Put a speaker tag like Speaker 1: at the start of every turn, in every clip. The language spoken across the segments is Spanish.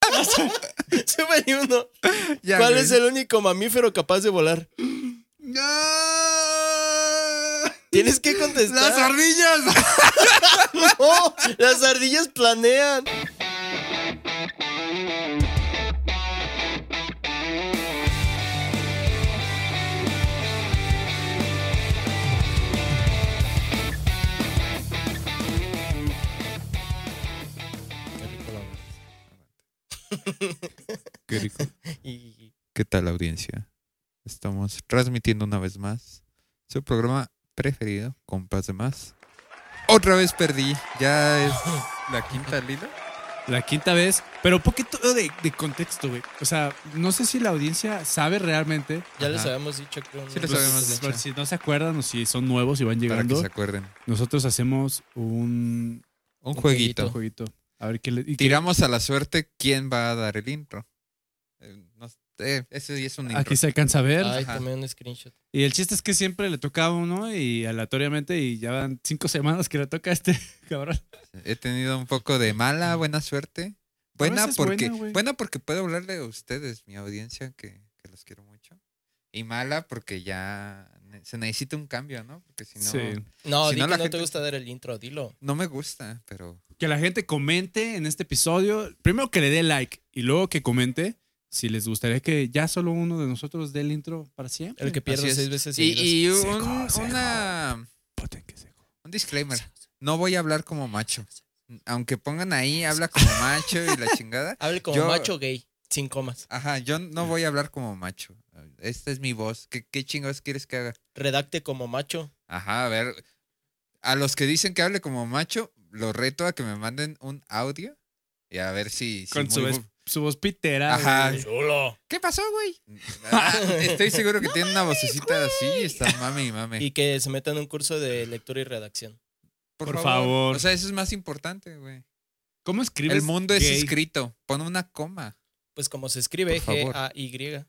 Speaker 1: uno.
Speaker 2: Ya,
Speaker 1: ¿Cuál
Speaker 2: güey.
Speaker 1: es el único mamífero capaz de volar?
Speaker 2: ¡Ah!
Speaker 1: Tienes que contestar.
Speaker 2: ¡Las ardillas!
Speaker 1: ¡No! Las ardillas planean.
Speaker 2: Qué rico.
Speaker 1: Y
Speaker 2: ¿Qué tal, audiencia? Estamos transmitiendo una vez más su programa preferido, Compas de Más. Otra vez perdí. Ya es la quinta lila.
Speaker 3: La quinta vez, pero un poquito de, de contexto, güey. O sea, no sé si la audiencia sabe realmente.
Speaker 1: ya les
Speaker 2: Ajá.
Speaker 1: habíamos dicho que un-
Speaker 2: Sí les
Speaker 3: Pues,
Speaker 2: habíamos dicho.
Speaker 3: por si no se acuerdan o si son nuevos y van
Speaker 2: Para que
Speaker 3: llegando,
Speaker 2: se acuerden.
Speaker 3: nosotros hacemos un,
Speaker 2: Un
Speaker 1: jueguito.
Speaker 2: jueguito.
Speaker 3: jueguito. A ver qué le. y qué-
Speaker 2: Tiramos a la suerte quién va a dar el intro. Eh, no sé, ese sí es un intro.
Speaker 3: Aquí se alcanza a ver.
Speaker 1: Ay,
Speaker 2: Ajá.
Speaker 1: tomé un screenshot.
Speaker 3: Y el chiste es que siempre le toca a uno y aleatoriamente, y ya van cinco semanas que le toca a este cabrón.
Speaker 2: He tenido un poco de mala, buena suerte. Buena
Speaker 3: veces
Speaker 2: porque,
Speaker 3: buena, güey.
Speaker 2: buena, porque puedo hablarle a ustedes, mi audiencia, que, que los quiero mucho. Y mala porque ya ne- se necesita un cambio, ¿no? Porque si no,
Speaker 3: Sí.
Speaker 1: No,
Speaker 2: Si
Speaker 1: di
Speaker 2: no,
Speaker 1: que
Speaker 2: la
Speaker 1: no
Speaker 2: gente-
Speaker 1: te gusta dar el intro, dilo.
Speaker 2: no me gusta, pero
Speaker 3: que la gente comente en este episodio. Primero que le dé like y luego que comente si les gustaría que ya solo uno de nosotros dé el intro para siempre.
Speaker 1: El que pierde
Speaker 2: es.
Speaker 1: seis veces
Speaker 2: y,
Speaker 1: seguidas.
Speaker 2: y un,
Speaker 3: Seco, seco.
Speaker 2: una,
Speaker 3: Poten que se-
Speaker 2: un disclaimer. No voy a hablar como macho. Aunque pongan ahí, habla como macho y la chingada.
Speaker 1: Hable como
Speaker 2: Yo-
Speaker 1: macho gay, sin comas.
Speaker 2: Ajá, yo no voy a hablar como macho. Esta es mi voz. ¿Qué, qué chingados quieres que haga?
Speaker 1: Redacte como macho.
Speaker 2: Ajá, a ver. A los que dicen que hable como macho, los reto a que me manden un audio y a ver si. si
Speaker 3: Con su,
Speaker 2: muy-
Speaker 3: ves- su voz pitera.
Speaker 2: Ajá.
Speaker 3: güey.
Speaker 1: Chulo.
Speaker 2: ¿Qué pasó, güey? Ah, estoy seguro que tiene una vocecita así y está mami y mame.
Speaker 1: Y que se metan en un curso de lectura y redacción.
Speaker 3: por favor.
Speaker 2: O sea, eso es más importante, güey.
Speaker 3: ¿Cómo escribes?
Speaker 2: El mundo es
Speaker 3: gay?
Speaker 2: escrito. Pon una coma.
Speaker 1: Pues como se escribe,
Speaker 2: Por favor.
Speaker 1: G-A-Y.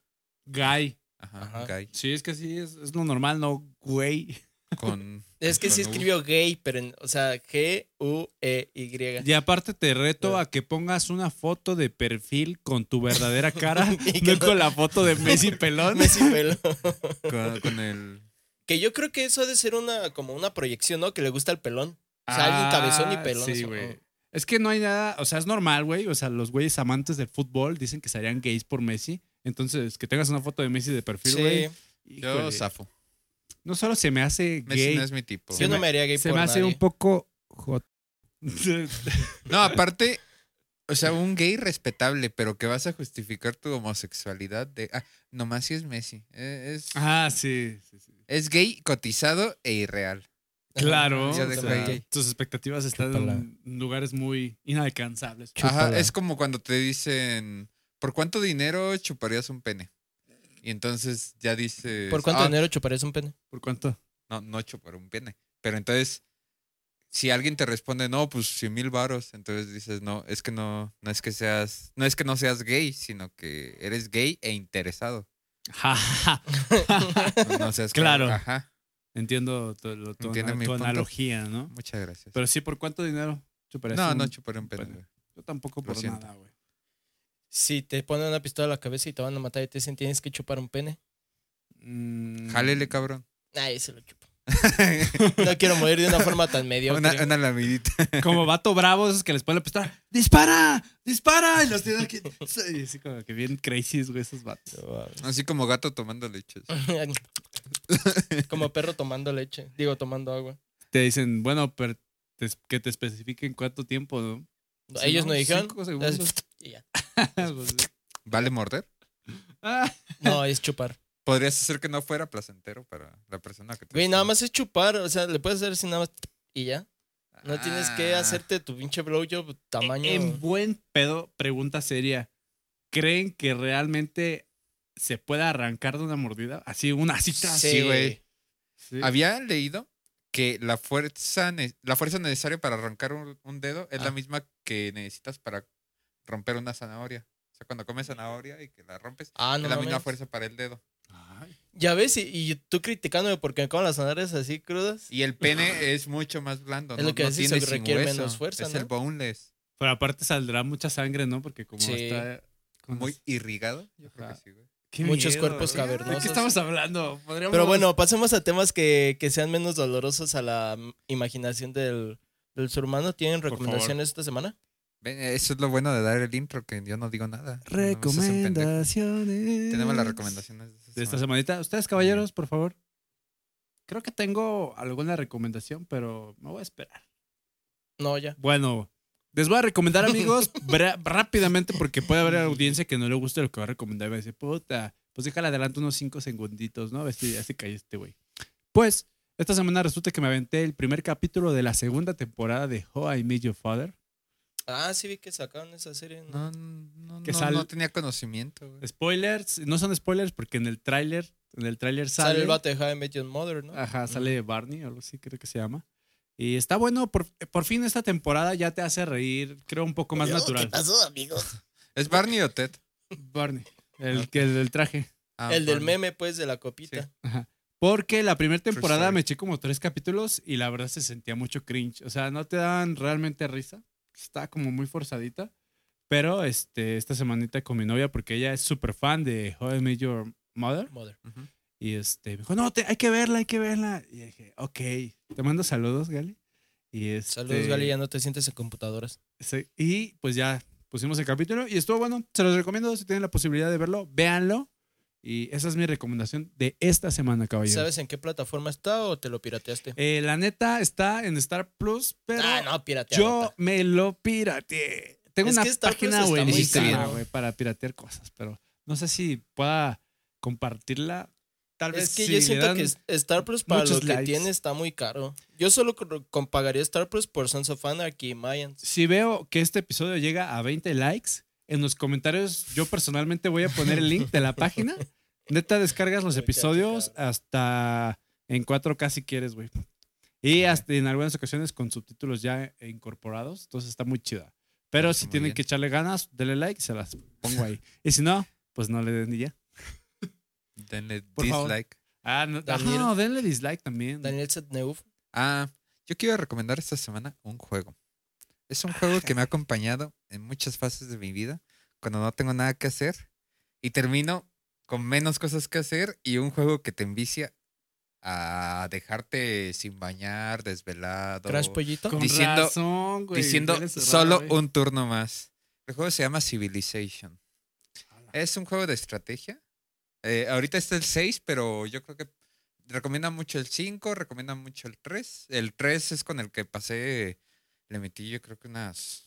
Speaker 3: Guy.
Speaker 2: Ajá,
Speaker 1: Ajá.
Speaker 2: gay.
Speaker 3: Sí, es que sí, es, es lo normal, no, güey.
Speaker 2: Con.
Speaker 1: Es que sí
Speaker 2: con U.
Speaker 1: escribió gay, pero, en- o sea, E G-U-E-Y.
Speaker 3: Y aparte te reto a que pongas una foto de perfil con tu verdadera cara,
Speaker 1: Y que
Speaker 3: no
Speaker 1: no-
Speaker 3: con la foto de Messi pelón.
Speaker 1: Messi pelo.
Speaker 2: Con, con el.
Speaker 1: Que yo creo que eso ha de ser una, como una proyección, ¿no? Que le gusta el pelón. O sea, alguien cabezón y
Speaker 3: Ah,
Speaker 1: pelón,
Speaker 3: Sí,
Speaker 1: eso,
Speaker 3: güey.
Speaker 1: ¿no?
Speaker 3: Es que no hay nada, o sea, es normal, güey. O sea, los güeyes amantes del fútbol dicen que serían gays por Messi. Entonces, que tengas una foto de Messi de perfil, güey.
Speaker 1: Sí,
Speaker 2: Yo
Speaker 3: híjole,
Speaker 2: zafo.
Speaker 3: No solo se me hace
Speaker 2: Messi
Speaker 3: gay,
Speaker 2: no es mi tipo.
Speaker 1: yo no me haría gay
Speaker 3: se
Speaker 1: por
Speaker 3: me hace
Speaker 1: nadie.
Speaker 3: un poco hot.
Speaker 2: No, aparte, o sea, un gay respetable, pero que vas a justificar tu homosexualidad de. Ah, nomás si es Messi. Eh, Es,
Speaker 3: ah, sí. sí, sí.
Speaker 2: es gay cotizado e irreal.
Speaker 3: Claro.
Speaker 2: Ya
Speaker 3: o
Speaker 2: de
Speaker 3: sea,
Speaker 2: güey.
Speaker 3: tus expectativas están
Speaker 1: Chúpala.
Speaker 3: en lugares muy inalcanzables.
Speaker 2: Ajá, es como cuando te dicen, ¿por cuánto dinero chuparías un pene? Y entonces ya dices.
Speaker 1: ¿Por cuánto
Speaker 2: "Ah,
Speaker 1: dinero chuparías un pene?
Speaker 3: ¿Por cuánto?
Speaker 2: No, no chupar un pene. Pero entonces, si alguien te responde, no, pues 100 mil varos, entonces dices, no, es que no, no es que seas, no es que no seas gay, sino que eres gay e interesado.
Speaker 3: Ajá.
Speaker 2: No, no seas
Speaker 3: Claro.
Speaker 2: Ajá.
Speaker 3: Entiendo tu, lo- tu
Speaker 2: Entiende
Speaker 3: ana-
Speaker 2: mi
Speaker 3: tu
Speaker 2: punto.
Speaker 3: analogía, ¿no?
Speaker 2: Muchas gracias.
Speaker 3: Pero sí, ¿por cuánto dinero? chuparías
Speaker 2: no,
Speaker 3: un-
Speaker 2: no chuparé un pene.
Speaker 3: pene.
Speaker 2: güey.
Speaker 3: Yo tampoco
Speaker 2: Lo
Speaker 3: por
Speaker 2: siento.
Speaker 3: nada, güey.
Speaker 1: Si te ponen una pistola a la cabeza y te van a matar y te dicen tienes que chupar un pene.
Speaker 3: Mm,
Speaker 2: Jálele, cabrón.
Speaker 1: Ay, se lo chupo. No quiero morir de una forma tan mediocre.
Speaker 2: una, una lamidita.
Speaker 3: Como vato bravo, esos que les ponen la pistola. ¡Dispara! ¡Dispara! Y los tienen aquí. Sí, sí, como que bien crazy, güey, esos vatos.
Speaker 2: Así como gato tomando leches.
Speaker 1: Como perro tomando leche. Digo, tomando agua.
Speaker 3: Te dicen, bueno, pero te- que te especifiquen cuánto tiempo, ¿no? Sí,
Speaker 1: Ellos
Speaker 3: ¿no?
Speaker 1: no dijeron.
Speaker 3: Cinco segundos.
Speaker 1: Y ya.
Speaker 2: ¿Vale morder?
Speaker 3: Pues, Ah,
Speaker 1: No, es chupar.
Speaker 2: Podrías hacer que no fuera placentero para la persona que te.
Speaker 1: Güey, nada más es chupar. O sea, le puedes hacer sin nada más. Y ya. No tienes que
Speaker 2: Ah,
Speaker 1: hacerte tu pinche blowjob tamaño.
Speaker 3: En buen pedo, pregunta seria. ¿Creen que realmente se pueda arrancar de una mordida? Así, una así tras.
Speaker 2: sí, güey.
Speaker 3: Sí.
Speaker 2: Había leído que la fuerza, ne- la fuerza necesaria para arrancar un, un dedo es la
Speaker 1: Ah.
Speaker 2: misma que necesitas para romper una zanahoria. O sea, cuando comes zanahoria y que la rompes,
Speaker 1: Ah, no.
Speaker 2: es la
Speaker 1: mames.
Speaker 2: misma fuerza para el dedo.
Speaker 3: Ay,
Speaker 1: Ya ves, y, y tú criticándome porque me acaban las zanahorias así crudas.
Speaker 2: Y el pene es mucho más blando.
Speaker 1: Es
Speaker 2: no,
Speaker 1: lo que
Speaker 2: no
Speaker 1: decís, se
Speaker 2: tiene sin
Speaker 1: requiere
Speaker 2: hueso,
Speaker 1: menos fuerza,
Speaker 2: Es
Speaker 1: ¿no?
Speaker 2: el boneless.
Speaker 3: Pero aparte saldrá mucha sangre, ¿no? Porque como
Speaker 1: Sí.
Speaker 3: está... con
Speaker 2: Muy
Speaker 3: las-
Speaker 2: irrigado. Yo creo
Speaker 3: Ajá.
Speaker 2: que sí, güey.
Speaker 3: Qué
Speaker 1: Muchos cuerpos
Speaker 3: güey.
Speaker 1: cavernosos.
Speaker 3: ¿De qué estamos hablando? Podríamos-
Speaker 1: Pero bueno, pasemos a temas que, que sean menos dolorosos a la mm, imaginación del, del ser humano. ¿Tienen
Speaker 3: favor.
Speaker 1: recomendaciones esta semana?
Speaker 2: Ven, Eso es lo bueno de dar el intro, que yo no digo nada. No me haces un pendejo.
Speaker 3: Recomendaciones.
Speaker 2: Tenemos las recomendaciones
Speaker 3: de esta semanita. Ustedes, caballeros, por favor. Creo que tengo alguna recomendación, pero me voy a esperar.
Speaker 1: No, ya.
Speaker 3: Bueno, les voy a recomendar, amigos, bra- rápidamente, porque puede haber audiencia que no le guste lo que va a recomendar. Y va a decir, puta, pues déjala adelante unos cinco segunditos, ¿no? A ver si ya se cayó este güey. Pues, esta semana resulta que me aventé el primer capítulo de la segunda temporada de How I Met Your Father.
Speaker 1: Ah, sí vi que sacaron esa serie. ¿no?
Speaker 2: No, no,
Speaker 3: Que
Speaker 2: no,
Speaker 3: sal-
Speaker 2: no tenía conocimiento, güey.
Speaker 3: Spoilers, no son spoilers porque en el tráiler, en el tráiler
Speaker 1: Sale
Speaker 3: sale... Ah,
Speaker 1: el vato de How I Met Your Mother, ¿no?
Speaker 3: Ajá, sale Barney, algo así creo que se llama. Y está bueno, por, por fin esta temporada ya te hace reír, creo, un poco más natural.
Speaker 1: pasó, amigos?
Speaker 2: ¿Es Barney o Ted?
Speaker 3: Barney, el, que el del traje.
Speaker 2: Ah,
Speaker 1: El del
Speaker 2: Barney.
Speaker 1: meme, pues, de la copita.
Speaker 2: Sí.
Speaker 3: Porque la primera
Speaker 2: True
Speaker 3: temporada
Speaker 2: story.
Speaker 3: me eché como tres capítulos y la verdad se sentía mucho cringe. O sea, no te dan realmente risa. Está como muy forzadita. Pero este, esta semanita con mi novia, porque ella es súper fan de How I Met Your Mother.
Speaker 1: Mother.
Speaker 2: Ujú.
Speaker 3: Y este, me dijo, no, te- hay que verla, hay que verla. Y dije, ok, te mando saludos, Gali. Y este,
Speaker 1: Saludos, Gali, ya no te sientes en computadoras.
Speaker 3: Sí, y pues ya pusimos el capítulo y estuvo bueno. Se los recomiendo si tienen la posibilidad de verlo, véanlo. Y esa es mi recomendación de esta semana, caballero.
Speaker 1: ¿Sabes en qué plataforma está o te lo pirateaste?
Speaker 3: Eh, la neta está en Star Plus, pero
Speaker 1: ah, no, pirateado.
Speaker 3: yo me lo pirateé. Tengo
Speaker 1: Es
Speaker 3: una
Speaker 1: que Star Plus
Speaker 3: página
Speaker 1: está muy
Speaker 3: buenísima,
Speaker 1: cara.
Speaker 3: güey, para piratear cosas, pero no sé si pueda compartirla. Tal vez
Speaker 1: Es que
Speaker 3: si
Speaker 1: yo
Speaker 3: le
Speaker 1: siento
Speaker 3: dan-
Speaker 1: que Star Plus para lo
Speaker 3: muchos
Speaker 1: que
Speaker 3: likes.
Speaker 1: tiene está muy caro. Yo solo cor- con- pagaría Star Plus por Sons of Anarchy y Mayans.
Speaker 3: si veo que este episodio llega a 20 likes, en los comentarios yo personalmente voy a poner el link de la página. Neta, descargas los
Speaker 1: Vete a
Speaker 3: episodios hasta en 4K si quieres, güey. Y hasta en algunas ocasiones con subtítulos ya incorporados. Entonces está muy chida. Pero
Speaker 2: Ah,
Speaker 3: si
Speaker 2: muy
Speaker 3: tienen
Speaker 2: bien.
Speaker 3: que echarle ganas, denle like, se las pongo ahí. Y si no, pues no le den y ya.
Speaker 2: Denle
Speaker 3: Por favor.
Speaker 2: dislike.
Speaker 3: Ah, no, ajá,
Speaker 1: Daniel.
Speaker 3: no, denle dislike también.
Speaker 1: Daniel Setneuf.
Speaker 2: Ah, yo quiero recomendar esta semana un juego. Es un juego que me ha acompañado en muchas fases de mi vida, cuando no tengo nada que hacer y termino con menos cosas que hacer y un juego que te envicia a dejarte sin bañar, desvelado,
Speaker 1: Crash Pollito.
Speaker 3: Con
Speaker 2: Diciendo-
Speaker 3: razón, güey,
Speaker 2: diciendo
Speaker 3: denle su raro,
Speaker 2: solo
Speaker 3: güey.
Speaker 2: un turno más. El juego se llama Civilization. Es un juego de estrategia. Eh, ahorita está el 6, pero yo creo que recomienda mucho el 5, recomienda mucho el 3. El 3 es con el que pasé, le metí yo creo que unas,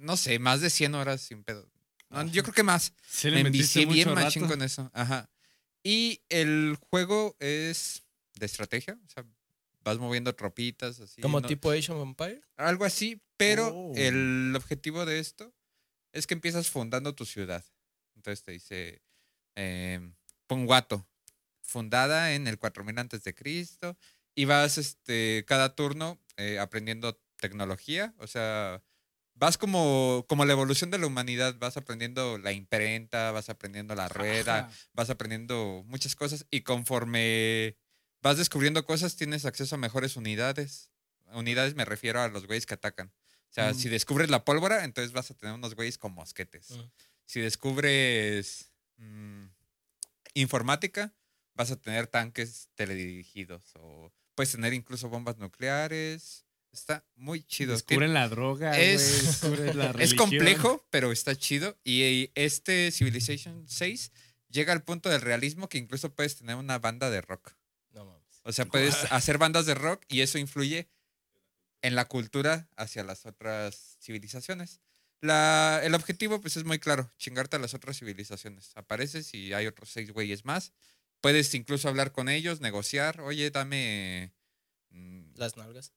Speaker 2: no sé, más de 100 horas sin pedo. No,
Speaker 3: Ajá.
Speaker 2: yo creo que más.
Speaker 3: Sí, le
Speaker 2: Me
Speaker 3: metiste
Speaker 2: envicié bien
Speaker 3: mucho rato.
Speaker 2: machín con eso. Ajá. Y el juego es de estrategia. O sea, vas moviendo tropitas así.
Speaker 1: Como
Speaker 2: no-
Speaker 1: tipo Asian Vampire.
Speaker 2: algo así, pero
Speaker 3: Oh.
Speaker 2: el objetivo de esto es que empiezas fundando tu ciudad. Entonces te dice eh, Ponguato, fundada en el 4000 antes de Cristo, y vas este cada turno eh, aprendiendo tecnología, o sea, vas como como la evolución de la humanidad, vas aprendiendo la imprenta, vas aprendiendo la rueda,
Speaker 3: Ajá.
Speaker 2: vas aprendiendo muchas cosas y conforme vas descubriendo cosas tienes acceso a mejores unidades. Unidades me refiero a los güeyes que atacan. O sea,
Speaker 3: Mm.
Speaker 2: si descubres la pólvora, entonces vas a tener unos güeyes con mosquetes.
Speaker 1: Mm.
Speaker 2: Si descubres mm, informática, vas a tener tanques teledirigidos o puedes tener incluso bombas nucleares. Está muy chido. Tien-
Speaker 3: Descubren la droga, güey,
Speaker 2: Es-
Speaker 3: descubren la
Speaker 2: es
Speaker 3: religión.
Speaker 2: complejo, pero está chido. Y, y este Civilization 6 llega al punto del realismo que incluso puedes tener una banda de rock.
Speaker 1: No mames.
Speaker 2: O sea, puedes hacer bandas de rock y eso influye en la cultura hacia las otras civilizaciones. La- el objetivo, pues, es muy claro, chingarte a las otras civilizaciones. Apareces y hay otros seis güeyes más. Puedes incluso hablar con ellos, negociar. Oye, dame... mm,
Speaker 1: Las nalgas.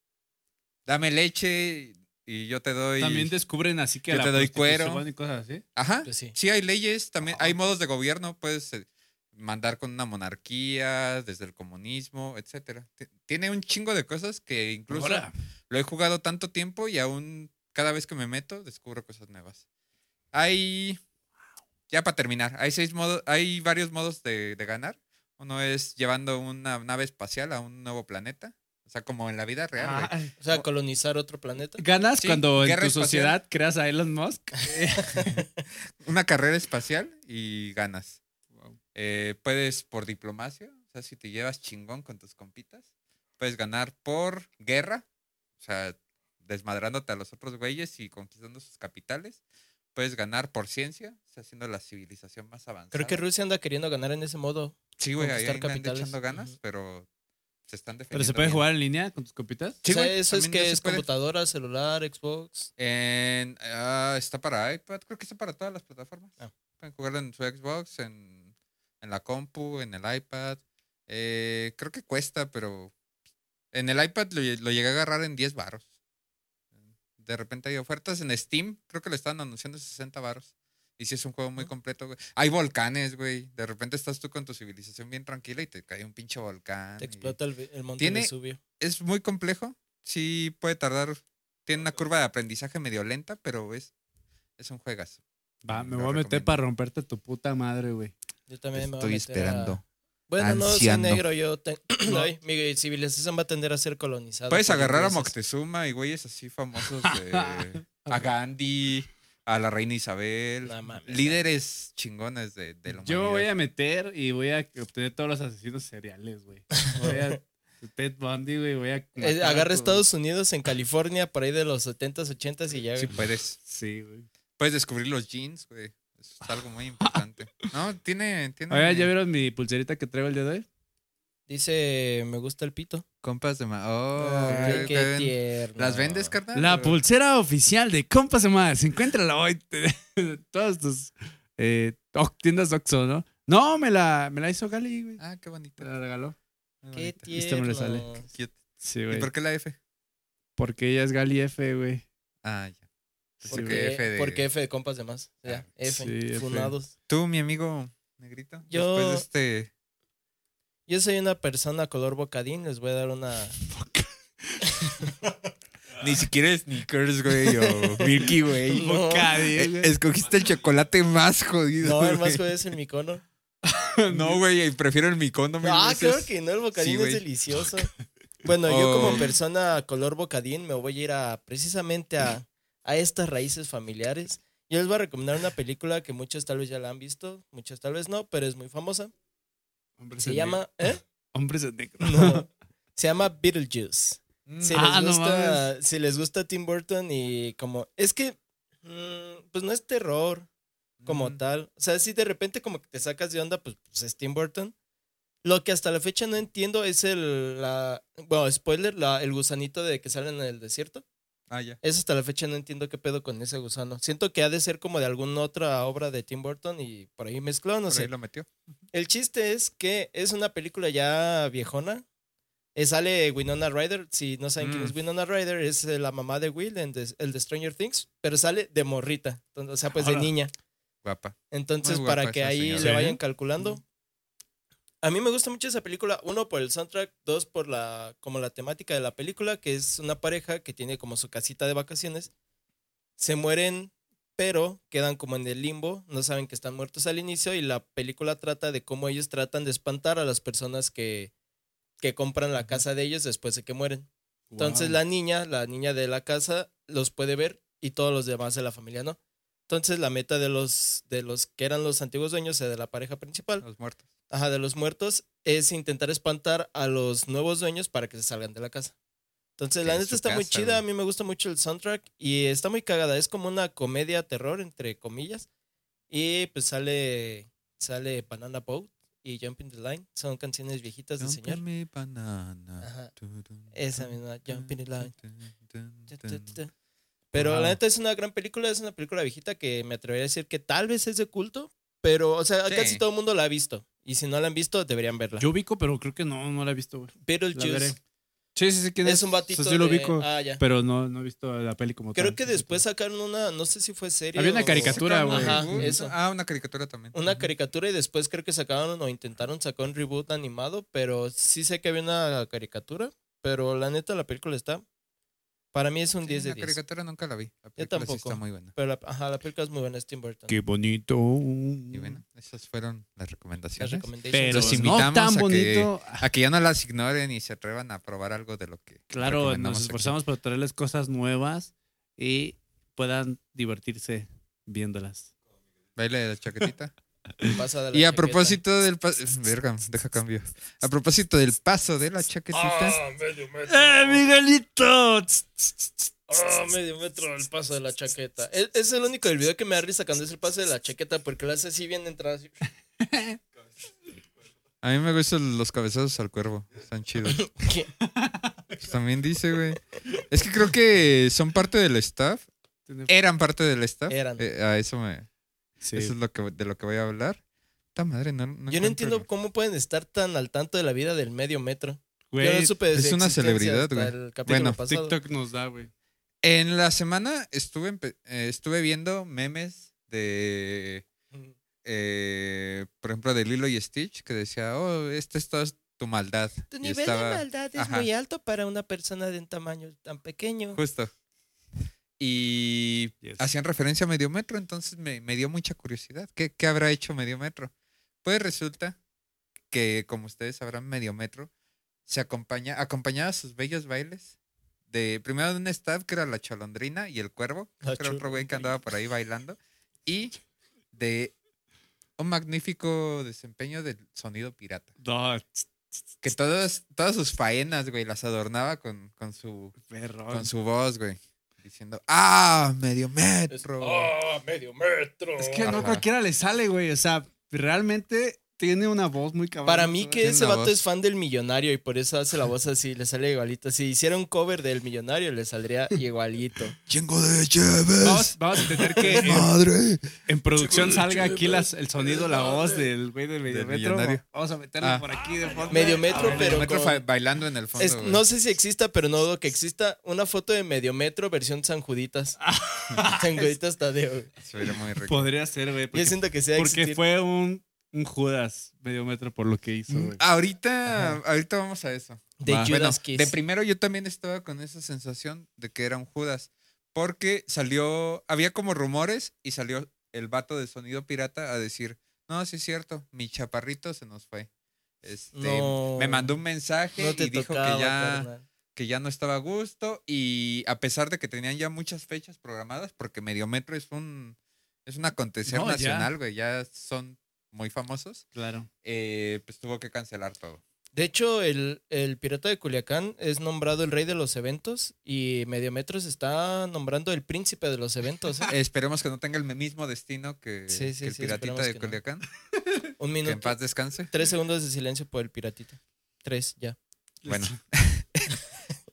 Speaker 2: Dame leche y yo te doy...
Speaker 3: También descubren así que
Speaker 2: Yo
Speaker 3: la
Speaker 2: te doy cuero.
Speaker 3: prostitución y cosas así.
Speaker 2: Ajá.
Speaker 1: Pues sí.
Speaker 2: Sí, hay leyes, también
Speaker 3: Ajá.
Speaker 2: hay modos de gobierno, puedes eh, mandar con una monarquía, desde el comunismo, etcétera. Ti- Tiene un chingo de cosas que incluso
Speaker 3: Ahora,
Speaker 2: lo he jugado tanto tiempo y aún cada vez que me meto descubro cosas nuevas. Hay ya para terminar, hay seis modos, hay varios modos de, de ganar. Uno es llevando una nave espacial a un nuevo planeta. O sea, como en la vida real. güey.
Speaker 3: Ah,
Speaker 1: O sea, colonizar otro planeta.
Speaker 3: Ganas
Speaker 2: Sí,
Speaker 3: cuando en
Speaker 2: guerra
Speaker 3: tu
Speaker 2: espacial.
Speaker 3: sociedad creas a Elon Musk.
Speaker 2: Una carrera espacial y ganas. Eh, puedes por diplomacia, o sea, si te llevas chingón con tus compitas. Puedes ganar por guerra, o sea, desmadrándote a los otros güeyes y conquistando sus capitales. Puedes ganar por ciencia, o sea, siendo la civilización más avanzada.
Speaker 1: Creo que Rusia anda queriendo ganar en ese modo.
Speaker 2: Sí, güey, ahí
Speaker 1: conquistar
Speaker 2: andan
Speaker 1: capitales.
Speaker 2: echando ganas,
Speaker 1: Ujú.
Speaker 2: pero se están defendiendo.
Speaker 3: Pero se puede
Speaker 2: bien.
Speaker 3: jugar en línea con tus compitas.
Speaker 2: Sí,
Speaker 1: o sea,
Speaker 2: güey,
Speaker 1: eso es
Speaker 2: también ya
Speaker 1: que
Speaker 2: se
Speaker 1: es
Speaker 2: puede.
Speaker 1: computadora, celular, Xbox.
Speaker 2: En, ah, está para iPad, creo que está para todas las plataformas.
Speaker 1: Ah.
Speaker 2: Pueden jugar en su Xbox, en, en la compu, en el iPad. Eh, creo que cuesta, pero en el iPad lo, lle- lo llegué a agarrar en 10 varos. De repente hay ofertas en Steam, creo que le estaban anunciando 60 varos. Y si es un juego muy
Speaker 1: Ujú.
Speaker 2: completo, güey. Hay volcanes, güey. De repente estás tú con tu civilización bien tranquila y te cae un pinche volcán.
Speaker 1: Te
Speaker 2: y-
Speaker 1: explota el, el monte
Speaker 2: Tiene-
Speaker 1: Vesubio.
Speaker 2: es muy complejo. Sí puede tardar. Tiene una curva de aprendizaje medio lenta, pero es, es un juegazo.
Speaker 3: Va, me
Speaker 2: Lo
Speaker 3: voy a meter
Speaker 2: recomiendo.
Speaker 3: para romperte tu puta madre, güey.
Speaker 1: Yo también me voy a
Speaker 2: Estoy
Speaker 1: meter a-
Speaker 2: esperando.
Speaker 1: Bueno, no soy
Speaker 2: Ansiando.
Speaker 1: negro, yo te- Ay, mi civilización va a tender a ser colonizada.
Speaker 2: Puedes
Speaker 1: por
Speaker 2: agarrar a
Speaker 1: ingleses.
Speaker 2: Moctezuma y güeyes así famosos de... a Gandhi, a la reina Isabel.
Speaker 1: No mames.
Speaker 2: líderes chingones de, de la
Speaker 3: Yo voy
Speaker 2: humanidad.
Speaker 3: a meter y voy a obtener todos los asesinos seriales, güey. Voy a Ted Bundy, güey. Voy a.
Speaker 1: Eh,
Speaker 3: matar a
Speaker 1: agarra
Speaker 3: todos.
Speaker 1: Estados Unidos en California por ahí de los 70s, 80s y ya.
Speaker 2: Sí
Speaker 1: güey.
Speaker 2: puedes.
Speaker 3: Sí, güey.
Speaker 2: Puedes descubrir los jeans, güey. Eso es algo muy importante. No, tiene... tiene
Speaker 3: Oiga, ¿ya vieron mi pulserita que traigo el día de hoy?
Speaker 1: Dice, me gusta el pito.
Speaker 2: Compas de... ma- Oh,
Speaker 1: Ay,
Speaker 2: ¿qué- qué
Speaker 1: qué
Speaker 2: ven?
Speaker 1: tierno.
Speaker 2: ¿Las vendes, carnal?
Speaker 3: La
Speaker 2: ¿O-
Speaker 3: pulsera oficial de Compas de Más. Encuéntrala hoy. Todas tus eh, oc- tiendas Oxxo, ¿no? No, me la, me la hizo Gali, güey.
Speaker 2: Ah, qué bonito.
Speaker 3: Me la regaló.
Speaker 2: muy
Speaker 1: Qué
Speaker 2: bonito.
Speaker 1: tierno.
Speaker 3: Este me le sale.
Speaker 2: Cute.
Speaker 3: Sí,
Speaker 2: ¿Y
Speaker 3: güey.
Speaker 2: por qué la F?
Speaker 3: Porque ella es Gali F, güey.
Speaker 2: Ah, ya.
Speaker 3: Sí,
Speaker 2: ¿Por
Speaker 1: ¿Por
Speaker 3: güey.
Speaker 2: qué
Speaker 1: qué
Speaker 2: F de-
Speaker 1: Porque F de compas de más. Ya,
Speaker 2: Ah,
Speaker 1: F,
Speaker 3: sí, F.
Speaker 1: funados.
Speaker 2: Tú, mi amigo negrito,
Speaker 1: Yo-
Speaker 2: después de este...
Speaker 1: Yo soy una persona color bocadín, les voy a dar una...
Speaker 2: Ni siquiera sneakers, güey, o Milky, güey.
Speaker 1: No.
Speaker 3: Bocadillo,
Speaker 2: Eh,
Speaker 3: güey.
Speaker 2: Escogiste el chocolate más jodido.
Speaker 1: No, el más
Speaker 2: güey.
Speaker 1: jodido es el micono.
Speaker 2: No, güey, prefiero el micono. mil
Speaker 1: Ah,
Speaker 2: veces.
Speaker 1: claro que no, el
Speaker 2: Sí,
Speaker 1: bocadín
Speaker 2: güey.
Speaker 1: es delicioso. Bueno, yo como
Speaker 2: Oh.
Speaker 1: persona color bocadín me voy a ir a precisamente a, a estas raíces familiares. Yo les voy a recomendar una película que muchos tal vez ya la han visto, muchos tal vez no, pero es muy famosa.
Speaker 3: Hombres
Speaker 1: Se
Speaker 3: en
Speaker 1: llama... ¿eh?
Speaker 3: negro. Hombres en negro.
Speaker 1: No. Se llama Beetlejuice.
Speaker 2: Mm,
Speaker 1: Si,
Speaker 3: Ah, no
Speaker 1: les gusta, si les gusta Tim Burton y como... Es que, mm, pues no es terror como
Speaker 2: mm.
Speaker 1: tal. O sea, si de repente como que te sacas de onda, pues, pues es Tim Burton. Lo que hasta la fecha no entiendo es el... La, bueno, spoiler, la- el gusanito de que sale en el desierto.
Speaker 2: Ah, ya.
Speaker 1: Eso hasta la fecha no entiendo qué pedo con ese gusano. Siento que ha de ser como de alguna otra obra de Tim Burton y por ahí mezcló, no
Speaker 2: Por
Speaker 1: sé.
Speaker 2: ahí lo metió.
Speaker 1: El chiste es que es una película ya viejona. Eh, sale Winona Ryder. Si no saben quién
Speaker 2: Mm.
Speaker 1: es Winona Ryder, es eh, la mamá de Will en The- el de Stranger Things, pero sale de morrita, entonces, o sea, pues
Speaker 3: Hola.
Speaker 1: de niña.
Speaker 2: Guapa.
Speaker 1: Entonces,
Speaker 2: Muy guapa
Speaker 1: para que
Speaker 2: esa
Speaker 1: ahí
Speaker 2: señora.
Speaker 1: le
Speaker 3: ¿Sí?
Speaker 1: vayan calculando. A mí me gusta mucho esa película, uno por el soundtrack, dos por la como la temática de la película, que es una pareja que tiene como su casita de vacaciones. Se mueren, pero quedan como en el limbo, no saben que están muertos al inicio y la película trata de cómo ellos tratan de espantar a las personas que que compran la casa de ellos después de que mueren. Entonces la niña, la niña de la casa, los puede ver y todos los demás de la familia no. Entonces la meta de los, de los que eran los antiguos dueños, o sea, de la pareja principal,
Speaker 2: Los muertos.
Speaker 1: ajá, de los muertos, es intentar espantar a los nuevos dueños para que se salgan de la casa. Entonces la
Speaker 2: Que es
Speaker 1: neta
Speaker 2: su
Speaker 1: está muy
Speaker 2: casa,
Speaker 1: chida,
Speaker 2: güey.
Speaker 1: a mí me gusta mucho el soundtrack y está muy cagada, es como una comedia terror, entre comillas, y pues sale, sale Banana Boat y Jumping the Line, son canciones viejitas de señor.
Speaker 2: Rómpeme banana.
Speaker 1: Ajá.
Speaker 2: Turun,
Speaker 1: Esa
Speaker 2: tun,
Speaker 1: misma, Jumping the
Speaker 2: tun,
Speaker 1: Line.
Speaker 2: tun, tun,
Speaker 1: Tu, tu,
Speaker 2: tun.
Speaker 1: tu, tu. Pero
Speaker 3: Wow.
Speaker 1: la neta es una gran película, es una película viejita que me atrevería a decir que tal vez es de culto, pero, o sea,
Speaker 2: Sí.
Speaker 1: casi todo el mundo la ha visto. Y si no la han visto, deberían verla.
Speaker 3: Yo ubico, pero creo que no, no la he visto, güey.
Speaker 1: pero
Speaker 3: La veré. Sí, sí, sí, ¿quién
Speaker 1: es un batito.
Speaker 3: O sea, sí lo
Speaker 1: de-
Speaker 3: ubico,
Speaker 1: Ah, ya.
Speaker 3: pero no, no he visto la peli como tal.
Speaker 1: Creo que después sacaron una, no sé si fue serie.
Speaker 3: Había una
Speaker 1: o-
Speaker 3: caricatura.
Speaker 2: Sacaron
Speaker 1: güey.
Speaker 2: un
Speaker 1: Ajá,
Speaker 2: reboot.
Speaker 1: eso.
Speaker 2: Ah, una caricatura también.
Speaker 1: Una
Speaker 2: Ujú.
Speaker 1: caricatura y después creo que sacaron o intentaron sacar un reboot animado, pero sí sé que había una caricatura, pero la neta la película está. Para mí es un
Speaker 2: Sí,
Speaker 1: 10 de
Speaker 2: la
Speaker 1: 10.
Speaker 2: caricatura nunca la vi. La película sí
Speaker 1: tampoco.
Speaker 2: está muy buena.
Speaker 1: Pero la, ajá, la película es muy buena, es Tim Burton.
Speaker 3: Qué bonito.
Speaker 2: Y bueno, Esas fueron las
Speaker 1: Las
Speaker 2: recomendaciones.
Speaker 1: recomendaciones.
Speaker 3: Pero
Speaker 2: Los
Speaker 3: no
Speaker 2: invitamos
Speaker 3: tan
Speaker 2: a que-
Speaker 3: bonito.
Speaker 2: a que ya no las ignoren y se atrevan a probar algo de lo que
Speaker 3: Claro,
Speaker 2: recomendamos
Speaker 3: nos
Speaker 2: aquí.
Speaker 3: esforzamos por traerles cosas nuevas y puedan divertirse viéndolas.
Speaker 2: Baile de la chaquetita.
Speaker 1: Pasa de la
Speaker 2: y a
Speaker 1: chaqueta.
Speaker 2: propósito del pa- verga, deja cambio. A propósito del paso de la chaquetita.
Speaker 1: Ah, medio metro.
Speaker 3: ¡Eh, Miguelito!
Speaker 1: Ah, medio metro el paso de la chaqueta. Es, es el único del video que me da risa cuando es el paso de la chaqueta porque lo hace así bien entrada. así.
Speaker 2: A mí me gustan los cabezazos al cuervo. Están chidos.
Speaker 1: ¿Qué?
Speaker 2: Pues también dice, güey. Es que creo que son parte del staff. Eran parte del staff.
Speaker 1: Eran.
Speaker 2: Eh, a eso me.
Speaker 3: Sí.
Speaker 2: Eso Eh, es lo que, de lo que voy a hablar. Esta madre, no.
Speaker 1: Yo
Speaker 2: encuentro-
Speaker 1: no entiendo cómo pueden estar tan al tanto de la vida del medio metro. Yo
Speaker 3: Güey,
Speaker 1: no supe de
Speaker 2: es
Speaker 1: su
Speaker 2: una
Speaker 1: existencia
Speaker 2: celebridad,
Speaker 1: hasta
Speaker 2: güey.
Speaker 1: El capítulo
Speaker 2: Bueno,
Speaker 1: pasado.
Speaker 3: TikTok nos da, güey.
Speaker 2: En la semana estuve, empe- eh, estuve viendo memes de
Speaker 1: Mm.
Speaker 2: eh, por ejemplo, de Lilo y Stitch, que decía, oh, esta es toda tu maldad.
Speaker 1: Tu
Speaker 2: Y
Speaker 1: nivel
Speaker 2: estaba-
Speaker 1: de maldad es
Speaker 2: ajá. Pues,
Speaker 1: muy alto para una persona de un tamaño tan pequeño.
Speaker 2: Justo. Y
Speaker 3: Yes.
Speaker 2: hacían referencia a Medio Metro, entonces me, me dio mucha curiosidad. ¿Qué, qué habrá hecho Medio Metro? Pues resulta que, como ustedes sabrán, Medio Metro se acompaña, acompañaba sus bellos bailes. De, primero de un staff que era la cholondrina y el cuervo,
Speaker 1: La
Speaker 2: que era otro güey que
Speaker 1: Cholondrina.
Speaker 2: andaba por ahí bailando, y de un magnífico desempeño del sonido pirata.
Speaker 3: No,
Speaker 2: Que todas, todas sus faenas, güey, las adornaba con, con su
Speaker 3: perro.
Speaker 2: con su voz, güey. Diciendo, ah, medio metro.
Speaker 1: ¡Oh! Ah, medio metro.
Speaker 3: Es que no
Speaker 2: Ajá.
Speaker 3: cualquiera le sale, güey. O sea, realmente tiene una voz muy cabrón.
Speaker 1: Para mí que
Speaker 2: Tiene
Speaker 1: ese
Speaker 2: una
Speaker 1: vato
Speaker 2: voz.
Speaker 1: es fan del millonario y por eso hace la voz así, le sale igualito. Si hiciera un cover del millonario, le saldría igualito.
Speaker 2: Chingo de cheves.
Speaker 3: Vamos, vamos a entender que en,
Speaker 2: Madre.
Speaker 3: en producción salga aquí las, el sonido, la voz del güey del medio metro.
Speaker 2: millonario.
Speaker 3: Vamos a meterla
Speaker 2: Ah.
Speaker 3: por aquí de fondo.
Speaker 1: Medio metro,
Speaker 2: Medio
Speaker 1: pero
Speaker 2: metro
Speaker 1: con-
Speaker 2: fa- bailando en el fondo.
Speaker 1: Es-
Speaker 2: güey.
Speaker 1: no sé si exista, pero no dudo que exista una foto de medio metro versión San Juditas.
Speaker 2: Ah.
Speaker 1: San Juditas Tadeo. güey.
Speaker 2: Se vería muy
Speaker 1: Pues-
Speaker 2: rico.
Speaker 3: Podría ser, güey.
Speaker 1: Yo
Speaker 3: Porque,
Speaker 1: siento que sea
Speaker 3: porque fue un, un Judas medio metro por lo que
Speaker 1: Mm.
Speaker 3: hizo,
Speaker 1: Ah,
Speaker 3: güey.
Speaker 2: Ahorita, ahorita vamos a eso.
Speaker 1: de
Speaker 3: Va.
Speaker 1: Judas
Speaker 2: Bueno,
Speaker 1: Kiss.
Speaker 2: de primero yo también estaba con esa sensación de que era un Judas. Porque salió, había como rumores y salió el vato de sonido pirata a decir, no, sí es cierto, mi chaparrito se nos fue. Este,
Speaker 1: No.
Speaker 2: Me mandó un mensaje
Speaker 1: no te
Speaker 2: y dijo
Speaker 1: tocaba,
Speaker 2: que ya...
Speaker 1: carnal.
Speaker 2: que ya no estaba a gusto y a pesar de que tenían ya muchas fechas programadas, porque Mediometro es un es un acontecer
Speaker 3: No, ya.
Speaker 2: nacional, güey, ya. son muy famosos,
Speaker 3: Claro.
Speaker 2: eh, pues tuvo que cancelar todo.
Speaker 1: De hecho, el, el pirata de Culiacán es nombrado el rey de los eventos y medio metro se está nombrando el príncipe de los eventos. ¿eh?
Speaker 2: Esperemos que no tenga el mismo destino que,
Speaker 1: Sí, sí,
Speaker 2: que el
Speaker 1: sí,
Speaker 2: piratita
Speaker 1: esperemos
Speaker 2: de
Speaker 1: que no.
Speaker 2: Culiacán,
Speaker 1: Un
Speaker 2: que en
Speaker 1: minuto.
Speaker 2: paz descanse.
Speaker 1: Tres segundos de silencio por el piratita. Tres, ya.
Speaker 2: Bueno.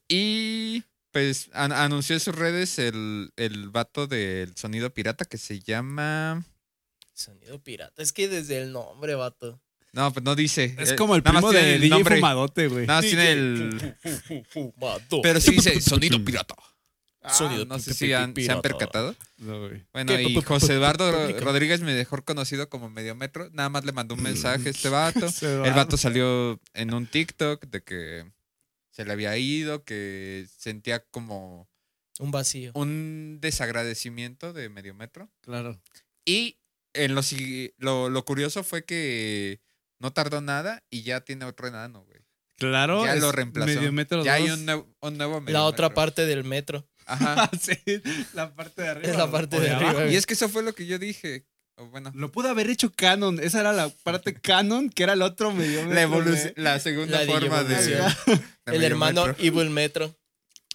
Speaker 2: y pues an- anunció en sus redes el, el vato del sonido pirata que se llama...
Speaker 1: Sonido pirata. Es que desde el nombre, vato.
Speaker 2: No, pues no dice.
Speaker 3: Es
Speaker 2: eh,
Speaker 3: como el
Speaker 2: nada más
Speaker 3: primo
Speaker 2: tiene
Speaker 3: de
Speaker 2: el
Speaker 3: DJ
Speaker 2: nombre.
Speaker 3: Fumadote, güey.
Speaker 2: Nada más tiene el... Uh,
Speaker 1: Vato.
Speaker 2: Pero sí dice sonido pirata.
Speaker 3: Ah,
Speaker 1: Sonido
Speaker 2: Ah, no sé si han- se
Speaker 1: pirata.
Speaker 2: han percatado.
Speaker 3: No, güey.
Speaker 2: Bueno,
Speaker 1: ¿Qué?
Speaker 2: y
Speaker 1: Pu- pu- pu-
Speaker 2: José Eduardo Ro-
Speaker 1: publica.
Speaker 2: Rodríguez, mi mejor conocido como Mediometro, nada más le mandó un mensaje a este vato.
Speaker 3: Se va.
Speaker 2: El vato salió en un TikTok de que se le había ido, que sentía como
Speaker 1: Un vacío.
Speaker 2: un desagradecimiento de Mediometro.
Speaker 3: Claro.
Speaker 2: Y en lo, sigui- lo, lo curioso fue que no tardó nada y ya tiene otro enano, güey.
Speaker 3: Claro.
Speaker 2: Ya
Speaker 3: es
Speaker 2: lo reemplazó.
Speaker 3: Medio metro
Speaker 2: Ya hay
Speaker 3: dos. Ah,
Speaker 2: un, nue- un nuevo Mediometro.
Speaker 1: La otra parte del metro.
Speaker 2: Ajá. Ah,
Speaker 3: Sí, la parte de arriba.
Speaker 1: Es la
Speaker 3: ¿no?
Speaker 1: parte
Speaker 3: O
Speaker 1: de arriba.
Speaker 3: abajo.
Speaker 2: Y es que eso fue lo que yo dije. O Bueno,
Speaker 3: Lo pudo haber hecho canon. Esa era la parte canon, que era el otro medio.
Speaker 2: La evolución, la segunda
Speaker 1: La
Speaker 2: forma de,
Speaker 1: digievolución.
Speaker 2: de
Speaker 1: el
Speaker 2: medio
Speaker 1: hermano
Speaker 2: metro.
Speaker 1: Evil Metro.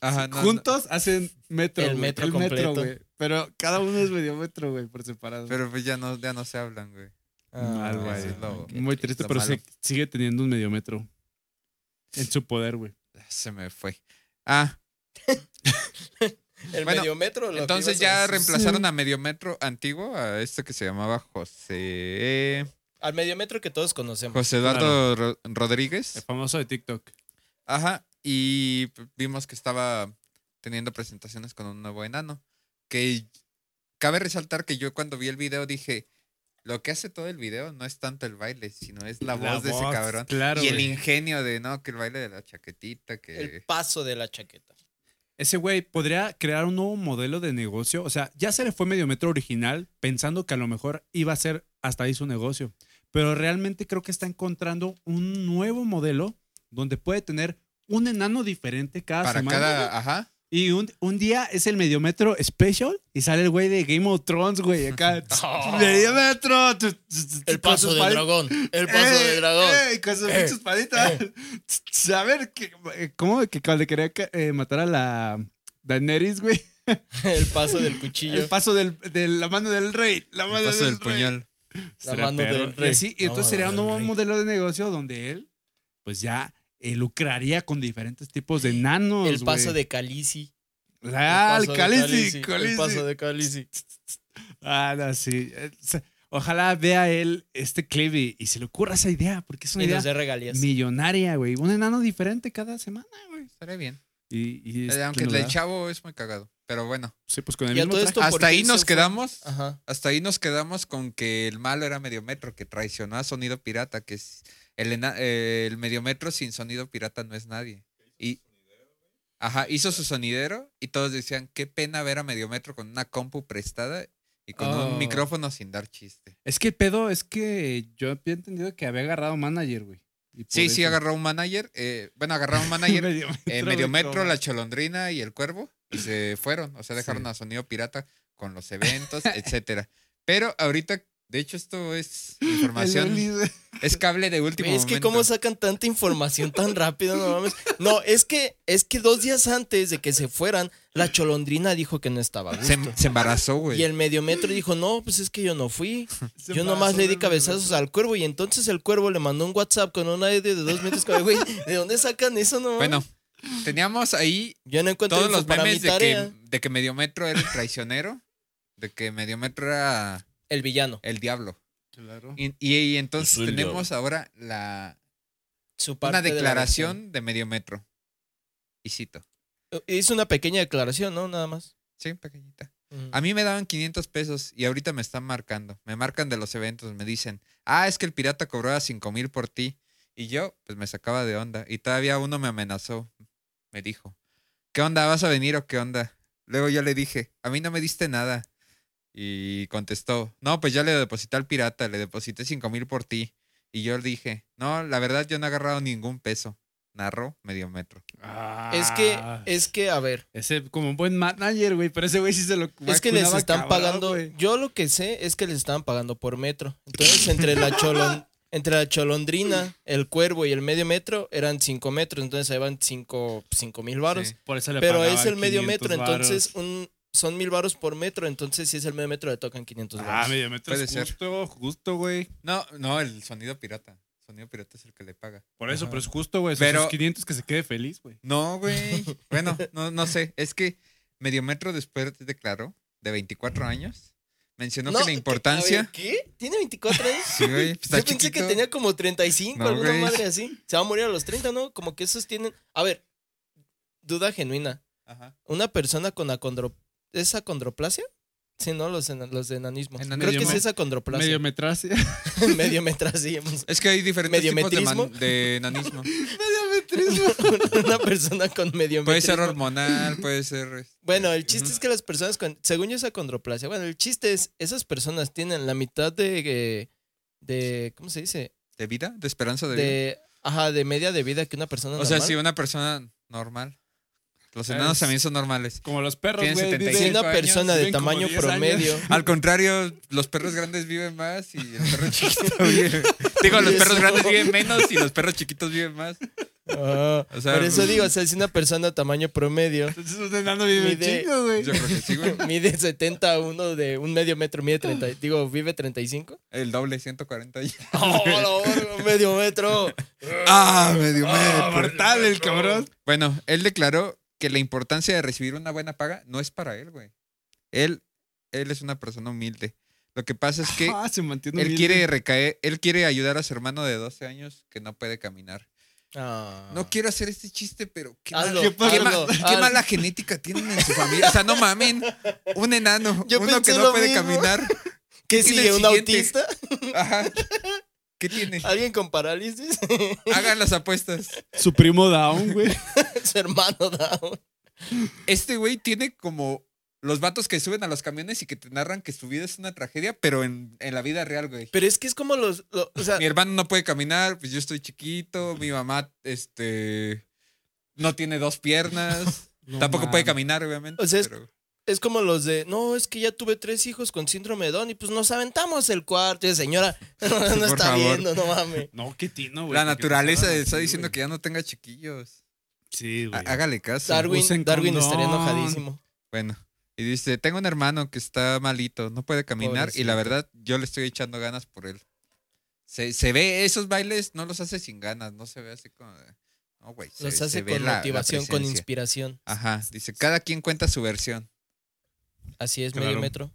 Speaker 2: Ajá, no, no.
Speaker 3: Juntos hacen metro.
Speaker 1: El
Speaker 3: güey,
Speaker 1: metro
Speaker 3: el
Speaker 1: completo.
Speaker 3: metro, güey. Pero cada uno es medio metro, güey, por separado.
Speaker 2: Pero pues ya no, ya no se hablan, güey.
Speaker 3: Mal,
Speaker 1: Ah,
Speaker 3: güey.
Speaker 1: sí,
Speaker 2: lo-
Speaker 3: Muy triste,
Speaker 2: lo
Speaker 3: pero
Speaker 2: malo.
Speaker 3: se- sigue teniendo un medio metro. En su poder, güey.
Speaker 2: Se me fue. Ah,
Speaker 1: El
Speaker 2: Bueno,
Speaker 1: medio metro. lo
Speaker 2: entonces
Speaker 1: que ibas a
Speaker 2: ya
Speaker 1: decir.
Speaker 2: reemplazaron a medio metro antiguo a este que se llamaba José
Speaker 1: Al medio metro que todos conocemos.
Speaker 2: José Eduardo Ro-
Speaker 3: El
Speaker 2: Rodríguez.
Speaker 3: famoso de TikTok.
Speaker 2: Ajá, y p- vimos que estaba teniendo presentaciones con un nuevo enano. Que cabe resaltar que yo cuando vi el video dije, lo que hace todo el video no es tanto el baile, sino es la, voz de ese cabrón.
Speaker 3: Claro,
Speaker 2: y el
Speaker 3: güey.
Speaker 2: ingenio de, no, que el baile de la chaquetita, que...
Speaker 1: El paso de la chaqueta.
Speaker 3: Ese güey podría crear un nuevo modelo de negocio. O sea, ya se le fue medio metro original pensando que a lo mejor iba a ser hasta ahí su negocio. Pero realmente creo que está encontrando un nuevo modelo donde puede tener un enano diferente cada
Speaker 2: Para
Speaker 3: semana.
Speaker 2: cada. Ajá.
Speaker 3: Y un, un día es el Mediometro Special y sale el güey de Game of Thrones, güey, acá. Mediometro. tu, tu, tu,
Speaker 1: El
Speaker 3: con
Speaker 1: paso
Speaker 3: sus
Speaker 1: de
Speaker 3: pal- Eh,
Speaker 1: dragón. El paso de
Speaker 3: ¡Ey,
Speaker 1: dragón.
Speaker 3: ey! con sus
Speaker 1: Eh,
Speaker 3: pinches palitas. A ver, ¿qué- eh, ¿cómo que cuando quería ca- eh, matar a la Daenerys, güey?
Speaker 1: El paso del cuchillo.
Speaker 3: El paso del- de la mano del rey. La mano
Speaker 2: El paso
Speaker 3: del,
Speaker 2: del puñal.
Speaker 1: La
Speaker 3: Será
Speaker 1: mano
Speaker 3: perro.
Speaker 1: del rey.
Speaker 3: Y así, y
Speaker 1: La
Speaker 3: entonces
Speaker 1: mano
Speaker 3: sería un
Speaker 1: del
Speaker 3: nuevo
Speaker 1: rey.
Speaker 3: modelo de negocio donde él, pues ya eh, lucraría con diferentes tipos de nanos.
Speaker 1: el paso
Speaker 3: güey.
Speaker 1: de Calici.
Speaker 3: La,
Speaker 1: el
Speaker 3: el
Speaker 1: paso de
Speaker 3: Khaleesi, Pues
Speaker 1: El paso
Speaker 3: Khaleesi.
Speaker 1: de Calici.
Speaker 3: Ah, no, sí. Eh, se- Ojalá vea él este clip y, y se le ocurra esa idea, porque es una
Speaker 1: Y
Speaker 3: idea
Speaker 1: nos dé regalías.
Speaker 3: millonaria, güey. Un enano diferente cada semana, güey.
Speaker 2: Estaría bien.
Speaker 3: Y, y
Speaker 2: Eh,
Speaker 3: este,
Speaker 2: aunque
Speaker 3: lo
Speaker 2: el
Speaker 3: da.
Speaker 2: chavo es muy cagado. Pero bueno.
Speaker 3: Sí, pues con el
Speaker 1: Y a
Speaker 3: mismo
Speaker 1: todo
Speaker 3: traje.
Speaker 1: esto- por
Speaker 2: Hasta ahí
Speaker 1: qué
Speaker 2: nos
Speaker 1: se fue?
Speaker 2: quedamos.
Speaker 1: Ajá.
Speaker 2: Hasta ahí nos quedamos con que el malo era Mediometro, que traicionó a Sonido Pirata, que es el, ena- eh, el Mediometro sin Sonido Pirata no es nadie. Y, ajá, hizo su sonidero y todos decían, qué pena ver a Mediometro con una compu prestada y con
Speaker 3: Oh.
Speaker 2: un micrófono sin dar chiste.
Speaker 3: Es que el pedo es que yo había entendido que había agarrado manager, güey. Y por
Speaker 2: Sí, sí,
Speaker 3: eso-
Speaker 2: agarró un manager, eh, bueno, agarró un manager,
Speaker 3: medio metro,
Speaker 2: eh,
Speaker 3: güey,
Speaker 2: Mediometro,
Speaker 3: como-
Speaker 2: la Cholondrina y el Cuervo, y se fueron, o sea, dejaron
Speaker 3: Sí.
Speaker 2: a Sonido Pirata con los eventos, etcétera. Pero ahorita, de hecho, esto es
Speaker 3: El
Speaker 2: información...
Speaker 3: líder.
Speaker 2: Es cable de último
Speaker 1: Güey, es que
Speaker 2: momento.
Speaker 1: cómo sacan tanta información tan rápido, no mames. No, es que, es que dos días antes de que se fueran, la cholondrina dijo que no estaba a gusto.
Speaker 2: se, em, se embarazó, güey.
Speaker 1: Y el mediometro dijo, no, pues es que yo no fui.
Speaker 3: Se
Speaker 1: yo nomás
Speaker 3: pasó
Speaker 1: le di
Speaker 3: de-
Speaker 1: cabezazos al cuervo. Y entonces el cuervo le mandó un WhatsApp con un audio de dos minutos. como, Güey, ¿de dónde sacan eso? No, mames?
Speaker 2: Bueno, teníamos ahí
Speaker 1: yo no encuentro
Speaker 2: todos
Speaker 1: info
Speaker 2: los
Speaker 1: para mi
Speaker 2: memes de
Speaker 1: tarea.
Speaker 2: que, de que Mediometro era el traicionero, de que Mediometro era
Speaker 1: El villano,
Speaker 2: el diablo.
Speaker 3: Claro.
Speaker 2: Y, y- y entonces
Speaker 1: soy el
Speaker 2: tenemos ahora la,
Speaker 1: su parte
Speaker 2: una
Speaker 1: de la
Speaker 2: declaración de, Mediometro. Y cito.
Speaker 1: versión. Hizo una pequeña declaración, ¿no? Nada más.
Speaker 2: Sí, pequeñita.
Speaker 1: Mm.
Speaker 2: A mí me daban 500 pesos y ahorita me están marcando. Me marcan de los eventos, me dicen, ah, es que el pirata cobraba 5 mil por ti. Y yo, pues me sacaba de onda. Y todavía uno me amenazó. Me dijo, ¿qué onda? ¿Vas a venir o qué onda? Luego yo le dije, a mí no me diste nada. Y contestó, no, pues ya le deposité al pirata, le deposité 5 mil por ti. Y yo le dije, no, la verdad yo no he agarrado ningún peso. Narró medio metro. Ah,
Speaker 1: Es que,
Speaker 3: Ah.
Speaker 1: es que, a ver.
Speaker 3: Ese como un buen manager, güey, pero ese güey sí se lo
Speaker 1: Es que les
Speaker 3: vacunaba,
Speaker 1: están
Speaker 3: cabrón,
Speaker 1: pagando.
Speaker 3: güey.
Speaker 1: Yo lo que sé es que les estaban pagando por metro. Entonces, entre la cholon, entre la cholondrina, el cuervo y el medio metro eran 5 metros. Entonces ahí van 5 cinco mil varos.
Speaker 2: Sí.
Speaker 3: Por eso le
Speaker 1: Pero
Speaker 3: pagaban
Speaker 1: es el medio
Speaker 3: 500
Speaker 1: metro,
Speaker 3: varos.
Speaker 1: entonces un, son mil varos por metro. Entonces, si es el medio metro, le tocan 500
Speaker 3: Ah,
Speaker 1: varos.
Speaker 3: medio metro
Speaker 2: pues, Puede
Speaker 3: es
Speaker 2: ser.
Speaker 3: justo, justo, güey.
Speaker 2: No, no, el sonido pirata. El sonido pirata es el que le paga.
Speaker 3: Por eso,
Speaker 1: Ajá.
Speaker 3: pero es justo, güey. Son
Speaker 2: Pero-
Speaker 3: esos 500 que se quede feliz, güey.
Speaker 2: No, güey. Bueno, no, no sé. Es que Mediometro después declaró, de 24 años, mencionó que la
Speaker 1: que- a
Speaker 2: importancia.
Speaker 1: ver, ¿Qué? ¿Tiene 24 años?
Speaker 2: Sí, güey, pues,
Speaker 1: Yo
Speaker 2: está
Speaker 1: pensé que
Speaker 2: chiquito.
Speaker 1: tenía como 35,
Speaker 2: No,
Speaker 1: alguna
Speaker 2: güey.
Speaker 1: madre así. Se va a morir a los 30, ¿no? Como que esos tienen. A ver, duda genuina.
Speaker 2: Ajá.
Speaker 1: una persona con acondro... ¿Es acondroplasia? Sí, no, los, ena- los de enanismo.
Speaker 2: Enanismo.
Speaker 1: Creo que sí
Speaker 3: Medio-
Speaker 1: es acondroplasia.
Speaker 3: Medio metracia.
Speaker 1: Medio metrasia. vamos.
Speaker 2: Es que hay diferentes tipos de,
Speaker 1: Mediometrismo.
Speaker 2: man- de enanismo.
Speaker 1: una persona con medio
Speaker 2: Puede ser hormonal, puede ser.
Speaker 1: Bueno, el chiste es que las personas con... Según yo es acondroplasia. Bueno, el chiste es, esas personas tienen la mitad de... eh, de ¿Cómo se dice?
Speaker 2: ¿De este, vida? ¿De esperanza de, vida?
Speaker 1: De... Ajá, de media de vida que una persona
Speaker 2: O sea,
Speaker 1: normal.
Speaker 2: si una persona normal. Los
Speaker 3: Es-
Speaker 2: enanos también son normales.
Speaker 3: Como los perros,
Speaker 2: Tienen
Speaker 3: güey.
Speaker 2: 75
Speaker 1: Si
Speaker 3: dicen-
Speaker 1: una
Speaker 2: años,
Speaker 1: persona de
Speaker 3: viven como
Speaker 1: tamaño
Speaker 3: 10 años.
Speaker 1: promedio...
Speaker 2: Al contrario, los perros grandes viven más y el perro chiquito vive. Digo, los
Speaker 1: Y
Speaker 2: perros
Speaker 1: eso.
Speaker 2: grandes viven menos y los perros chiquitos viven más.
Speaker 1: Ah,
Speaker 2: O sea, pues,
Speaker 1: por eso digo, o sea, si una persona de tamaño promedio...
Speaker 3: Entonces un enano vive
Speaker 1: Mide-
Speaker 3: chingo, güey.
Speaker 2: Yo creo que sí, güey.
Speaker 1: Mide 70 a uno de un medio metro, mide 30, digo, vive 35.
Speaker 2: El doble, 140.
Speaker 1: ¡Oh, la verga, medio metro!
Speaker 2: ah, medio
Speaker 3: Ah, mortal el cabrón.
Speaker 2: Bueno, él declaró que la importancia de recibir una buena paga no es para él, güey. Él, él es una persona humilde. Lo que pasa es que
Speaker 3: Ah, se mantiene
Speaker 2: él
Speaker 3: humilde.
Speaker 2: quiere recaer, él quiere ayudar a su hermano de 12 años que no puede caminar.
Speaker 1: Ah.
Speaker 2: No quiero hacer este chiste, pero qué,
Speaker 1: Hazlo,
Speaker 2: mal- qué
Speaker 1: hazlo,
Speaker 2: ma- qué
Speaker 1: hazlo.
Speaker 2: mala genética tienen en su familia. O sea, no mamen. Un enano,
Speaker 1: Yo
Speaker 2: uno
Speaker 1: pensé
Speaker 2: que
Speaker 1: lo
Speaker 2: no puede
Speaker 1: mismo.
Speaker 2: caminar.
Speaker 1: ¿Qué
Speaker 2: tiene
Speaker 1: sigue?
Speaker 2: el
Speaker 1: ¿Un
Speaker 2: siguiente?
Speaker 1: autista?
Speaker 2: Ajá. ¿Qué tiene?
Speaker 1: ¿Alguien con parálisis?
Speaker 2: Hagan las apuestas.
Speaker 3: Su primo down, güey.
Speaker 1: Su hermano down.
Speaker 2: Este güey tiene como los vatos que suben a los camiones y que te narran que su vida es una tragedia, pero en, en la vida real, güey.
Speaker 1: Pero es que es como los. lo- o sea,
Speaker 2: Mi hermano no puede caminar, pues yo estoy chiquito, mi mamá, este, no tiene dos piernas, tampoco puede caminar, obviamente.
Speaker 1: O sea, es-
Speaker 2: pero-
Speaker 1: es como los de. No, es que ya tuve tres hijos con síndrome de Down y pues nos aventamos el cuarto. Y, señora, no,
Speaker 2: Por
Speaker 1: está
Speaker 2: favor.
Speaker 1: viendo, no mames.
Speaker 3: No, qué tino, güey.
Speaker 2: la
Speaker 3: porque
Speaker 2: naturaleza
Speaker 3: no
Speaker 2: está
Speaker 3: sí,
Speaker 2: diciendo
Speaker 3: güey.
Speaker 2: que ya no tenga chiquillos.
Speaker 3: Sí,
Speaker 2: Há-
Speaker 3: güey.
Speaker 2: Hágale caso.
Speaker 1: Darwin,
Speaker 3: usen
Speaker 1: Darwin estaría
Speaker 3: condón.
Speaker 1: enojadísimo.
Speaker 2: Bueno, y dice, tengo un hermano que está malito, no puede caminar y la
Speaker 1: Pobrecito.
Speaker 2: verdad yo le estoy echando ganas por él. Se, se ve, esos bailes no los hace sin ganas, no se ve así como... de- No, güey. se-
Speaker 1: Los
Speaker 2: se
Speaker 1: hace
Speaker 2: ve
Speaker 1: con
Speaker 2: la- la
Speaker 1: motivación, con
Speaker 2: presencia.
Speaker 1: inspiración.
Speaker 2: Ajá, dice, cada quien cuenta su versión.
Speaker 1: Así es,
Speaker 3: Claro.
Speaker 1: medio metro.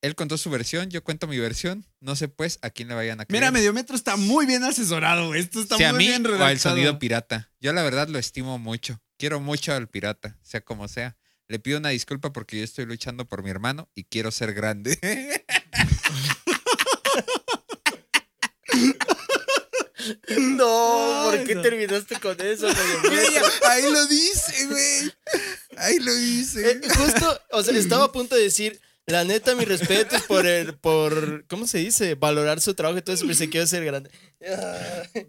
Speaker 2: Él contó su versión, yo cuento mi versión. No sé pues a quién le vayan a creer.
Speaker 3: Mira, Mediometro está muy bien asesorado, güey. Esto está
Speaker 2: si a
Speaker 3: muy
Speaker 2: mí
Speaker 3: bien
Speaker 2: o
Speaker 3: redactado.
Speaker 2: al sonido pirata. Yo la verdad lo estimo mucho. Quiero mucho al pirata, sea como sea. Le pido una disculpa porque yo estoy luchando por mi hermano y quiero ser grande.
Speaker 1: No,
Speaker 3: Ay,
Speaker 1: ¿por qué
Speaker 3: no.
Speaker 1: terminaste con eso? medio metro?
Speaker 2: ahí lo dice, güey. Ahí lo dice.
Speaker 1: Eh, justo, o sea, estaba a punto de decir, la neta, mi respeto es por el, por, ¿cómo se dice? Valorar su trabajo, entonces pensé que iba a ser grande.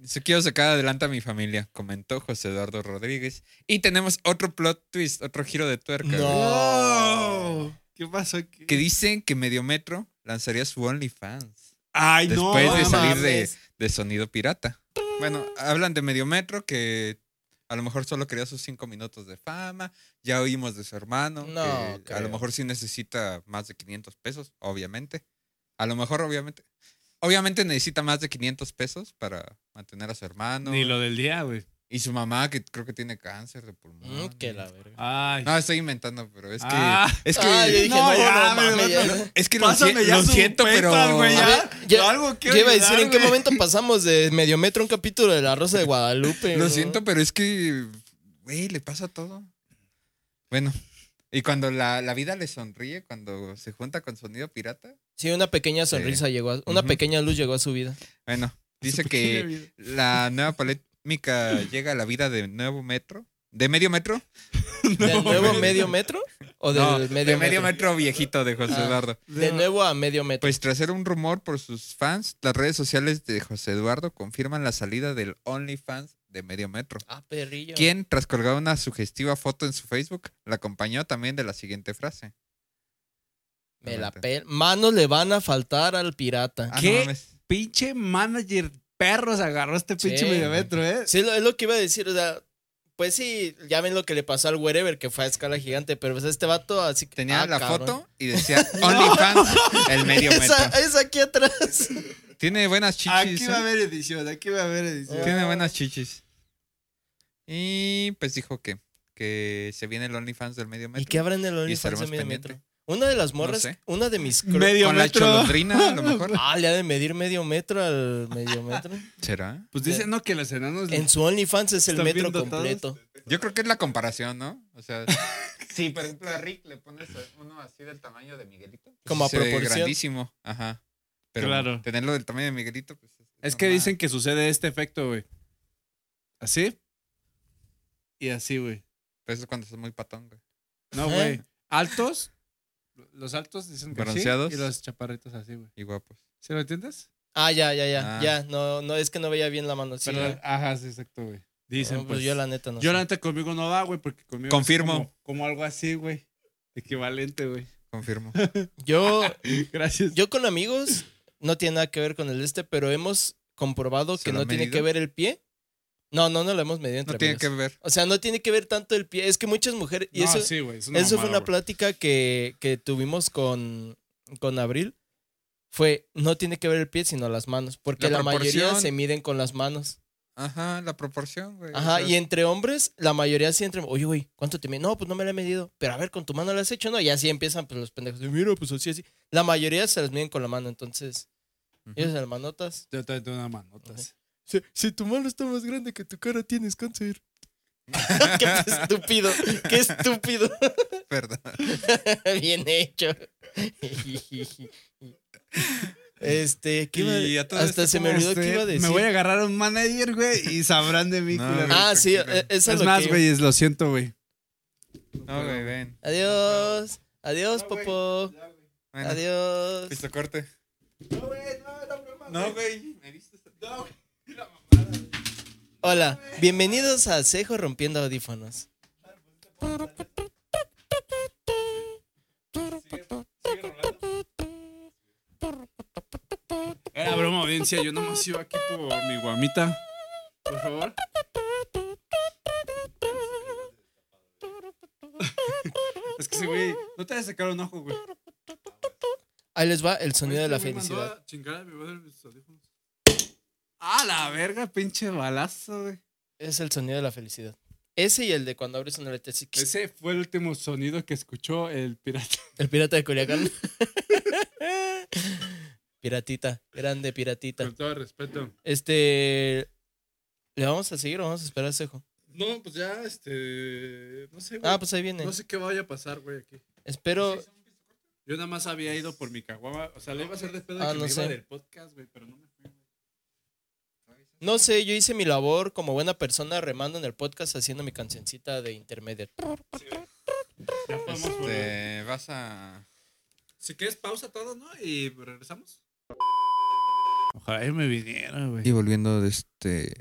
Speaker 2: Dice, eh. quiero sacar adelante a mi familia, comentó José Eduardo Rodríguez. Y tenemos otro plot twist, otro giro de tuerca.
Speaker 1: No.
Speaker 2: güey,
Speaker 3: Oh, ¿Qué pasó aquí?
Speaker 2: Que dicen que Mediometro lanzaría su OnlyFans.
Speaker 3: Ay, no.
Speaker 2: después
Speaker 1: mames.
Speaker 2: de salir de, de sonido pirata. Bueno, hablan de Mediometro que a lo mejor solo quería sus cinco minutos de fama. Ya oímos de su hermano.
Speaker 1: No,
Speaker 2: que a lo
Speaker 1: creo.
Speaker 2: mejor sí necesita más de 500 pesos, obviamente. A lo mejor, obviamente. Obviamente necesita más de 500 pesos para mantener a su hermano.
Speaker 3: Ni lo del día, güey.
Speaker 2: Y su mamá, que creo que tiene cáncer de pulmón.
Speaker 1: Mm, que la verga.
Speaker 3: Ay.
Speaker 2: No, estoy inventando, pero es que.
Speaker 3: Ah.
Speaker 2: es que.
Speaker 1: Ah, yo dije,
Speaker 3: no,
Speaker 1: no,
Speaker 3: ya,
Speaker 1: ya, no,
Speaker 3: me
Speaker 1: mames,
Speaker 3: lo-
Speaker 1: ya.
Speaker 2: es que lo,
Speaker 3: Pásame
Speaker 2: sie-
Speaker 3: ya
Speaker 2: lo
Speaker 3: su
Speaker 2: siento,
Speaker 3: PayPal,
Speaker 2: pero.
Speaker 3: güey, ya.
Speaker 1: A ver, ya-
Speaker 3: algo
Speaker 1: Yo
Speaker 3: quiero
Speaker 1: iba a decir
Speaker 3: ayudar,
Speaker 1: en qué
Speaker 3: güey.
Speaker 1: momento pasamos de medio metro a un capítulo de La Rosa de Guadalupe.
Speaker 2: Lo
Speaker 1: ¿no?
Speaker 2: siento, pero es que, güey, le pasa todo. Bueno, y cuando la, la vida le sonríe, cuando se junta con sonido pirata,
Speaker 1: Sí, una pequeña sonrisa llegó, a- una
Speaker 2: Ujú.
Speaker 1: pequeña luz llegó a su vida.
Speaker 2: bueno, dice
Speaker 3: Su
Speaker 2: que
Speaker 3: pequeña vida.
Speaker 2: la nueva polémica llega a la vida de nuevo metro, de medio metro,
Speaker 1: ¿De
Speaker 3: No,
Speaker 1: nuevo
Speaker 3: güey.
Speaker 1: medio metro? ¿O del
Speaker 2: No,
Speaker 1: medio,
Speaker 2: de
Speaker 1: metro?
Speaker 2: medio metro viejito de José
Speaker 1: Ah.
Speaker 2: Eduardo.
Speaker 1: De nuevo a medio metro.
Speaker 2: Pues tras ser un rumor por sus fans, las redes sociales de José Eduardo confirman la salida del OnlyFans de medio metro.
Speaker 1: Ah, perrillo.
Speaker 2: quien, tras colgar una sugestiva foto en su Facebook, la acompañó también de la siguiente frase.
Speaker 1: Me la pel. Manos le van a faltar al pirata.
Speaker 2: Ah, no
Speaker 3: ¿Qué?
Speaker 2: mames.
Speaker 3: Pinche manager perros agarró este
Speaker 1: Sí.
Speaker 3: pinche Mediometro, ¿eh?
Speaker 1: Sí, lo- es lo que iba a decir, o sea, pues sí, ya ven lo que le pasó al Wherever, que fue a escala gigante, pero pues este vato así que...
Speaker 2: Tenía
Speaker 1: Ah,
Speaker 2: la
Speaker 1: cabrón.
Speaker 2: foto y decía OnlyFans, el medio
Speaker 1: Esa,
Speaker 2: metro.
Speaker 1: es aquí atrás.
Speaker 2: Tiene buenas chichis.
Speaker 3: Aquí va a
Speaker 2: ¿eh?
Speaker 3: haber edición, aquí va a haber edición.
Speaker 1: Ah.
Speaker 2: Tiene buenas chichis. Y pues dijo que, que se viene el OnlyFans del medio metro.
Speaker 1: ¿Y qué habrá en el OnlyFans de
Speaker 2: estaremos
Speaker 1: medio
Speaker 2: pendiente.
Speaker 1: metro? Una de las morras,
Speaker 2: sé.
Speaker 1: una de mis... cru-
Speaker 3: Medio
Speaker 2: Con la
Speaker 3: metro.
Speaker 2: cholondrina, a lo mejor.
Speaker 1: Ah, le ha de medir medio metro al medio metro.
Speaker 2: ¿Será?
Speaker 3: Pues dicen, no, que los enanos...
Speaker 1: En su OnlyFans es el
Speaker 3: Pues Están
Speaker 1: metro
Speaker 3: bien dotados.
Speaker 1: completo.
Speaker 2: Yo creo que es la comparación, ¿no? O sea, si por ejemplo a Rick le pones uno así del tamaño de Miguelito. pues
Speaker 1: Como a
Speaker 2: se ve
Speaker 1: proporción.
Speaker 2: grandísimo, ajá. Pero
Speaker 3: Claro.
Speaker 2: tenerlo del tamaño de Miguelito, pues.
Speaker 3: Es que
Speaker 2: normal.
Speaker 3: dicen que sucede este efecto, güey. Así. Y así, güey.
Speaker 2: Pues es cuando estás muy patón, güey.
Speaker 3: No,
Speaker 1: Ajá.
Speaker 3: güey. Altos. Los altos dicen que
Speaker 2: Bronceados.
Speaker 3: sí. Y los chaparritos así, güey.
Speaker 2: Y guapos.
Speaker 3: ¿Sí lo entiendes?
Speaker 1: Ah, ya, ya, ya,
Speaker 2: Ah.
Speaker 1: ya. No, no, es que no veía bien la mano. Sí,
Speaker 3: Pero-
Speaker 1: ya.
Speaker 3: Ajá, sí, exacto, güey. Dicen,
Speaker 1: No,
Speaker 3: pues,
Speaker 1: pues yo la neta no
Speaker 3: Yo
Speaker 1: sé.
Speaker 3: la neta conmigo no va, güey, porque conmigo. es
Speaker 2: Confirmo.
Speaker 3: Como, como algo así, güey. Equivalente, güey.
Speaker 2: Confirmo.
Speaker 1: Yo,
Speaker 3: Gracias.
Speaker 1: Yo con amigos, no tiene nada que ver con el este, pero hemos comprobado
Speaker 2: ¿Se
Speaker 1: que
Speaker 2: lo
Speaker 1: no
Speaker 2: han
Speaker 1: tiene
Speaker 2: medido?
Speaker 1: que ver el pie. No, no, no lo hemos medido entre
Speaker 2: No tiene que
Speaker 1: amigos.
Speaker 2: ver.
Speaker 1: O sea, no tiene que ver tanto el pie. Es que muchas mujeres. Y
Speaker 3: No,
Speaker 1: eso,
Speaker 3: sí, güey. es
Speaker 1: eso fue
Speaker 3: mamada,
Speaker 1: una
Speaker 3: güey.
Speaker 1: plática que, que tuvimos con, con Abril. Fue, no tiene que ver el pie, sino las manos. Porque
Speaker 2: La
Speaker 1: la, mayoría
Speaker 2: proporción.
Speaker 1: se miden con las manos.
Speaker 2: Ajá, la proporción, güey.
Speaker 1: Ajá.
Speaker 2: O
Speaker 1: Y
Speaker 2: sea,
Speaker 1: entre hombres, la mayoría sí entre. Oye, güey, ¿cuánto te mide? No, pues no me lo he medido. Pero a ver, con tu mano lo has hecho, ¿no? Y así empiezan pues, los pendejos. y Mira, pues así, así. La mayoría se las miden con la mano, entonces.
Speaker 2: ujú.
Speaker 1: Ellos hermanotas.
Speaker 3: Yo te doy una manotas.
Speaker 1: Si, tu mano está más grande que tu cara, tienes cáncer. qué estúpido, qué estúpido.
Speaker 2: Perdón.
Speaker 1: Bien hecho. este, ¿qué iba a-
Speaker 2: Y a todo
Speaker 1: Hasta
Speaker 2: esto,
Speaker 1: se me
Speaker 2: ¿cómo
Speaker 1: olvidó
Speaker 3: Este,
Speaker 1: que iba a decir.
Speaker 3: Me voy a agarrar a un manager, güey, y sabrán de mí,
Speaker 2: No,
Speaker 3: culero.
Speaker 2: güey.
Speaker 1: Ah, sí,
Speaker 2: tranquilo.
Speaker 1: eh, esa es
Speaker 3: es
Speaker 1: lo
Speaker 3: más,
Speaker 1: que-
Speaker 3: güey, es- lo siento, güey.
Speaker 2: No, güey, ven.
Speaker 1: Adiós. Adiós,
Speaker 2: No, güey.
Speaker 1: Popo.
Speaker 2: Bueno, Pues
Speaker 1: Adiós.
Speaker 2: Listo, corte.
Speaker 3: No, güey, no, no, broma.
Speaker 2: No, güey. Me viste
Speaker 3: No, güey. La mamá.
Speaker 1: Hola, bienvenidos a Cejo Rompiendo Audífonos.
Speaker 3: Era broma, audiencia. Yo nomás iba aquí por mi guamita. Por favor. Es que ese güey. No te vas a sacar un ojo, güey.
Speaker 1: Ahí les va el sonido de la
Speaker 3: Este güey mandó
Speaker 1: felicidad.
Speaker 3: a chingar a mi madre mis audífonos. ¡Ah, la verga, pinche balazo, güey!
Speaker 1: Es el sonido de la felicidad. Ese y el de cuando abres una letra. así,
Speaker 3: Ese fue el último sonido que escuchó el pirata.
Speaker 1: El pirata de Culiacán. piratita, grande piratita.
Speaker 3: todo respeto.
Speaker 1: Este. ¿Le vamos a seguir o vamos a esperar a Cejo?
Speaker 3: No, pues ya, este. No sé,
Speaker 1: Ah, pues ahí viene.
Speaker 3: sé qué vaya a pasar, güey, aquí.
Speaker 1: Espero.
Speaker 3: Yo nada más había ido por mi caguama. O sea, le iba a hacer de pedo
Speaker 1: Ah,
Speaker 3: que
Speaker 1: no
Speaker 3: me iba
Speaker 1: sé.
Speaker 3: del podcast, güey, pero no me fui, güey.
Speaker 1: No sé, yo hice mi labor como buena persona remando en el podcast haciendo mi cancioncita de intermedio.
Speaker 3: Ya podemos volver.
Speaker 2: Este, vas a.
Speaker 3: Si quieres, pausa todo, ¿no? Y regresamos. Ojalá me viniera, güey.
Speaker 2: Y volviendo de este.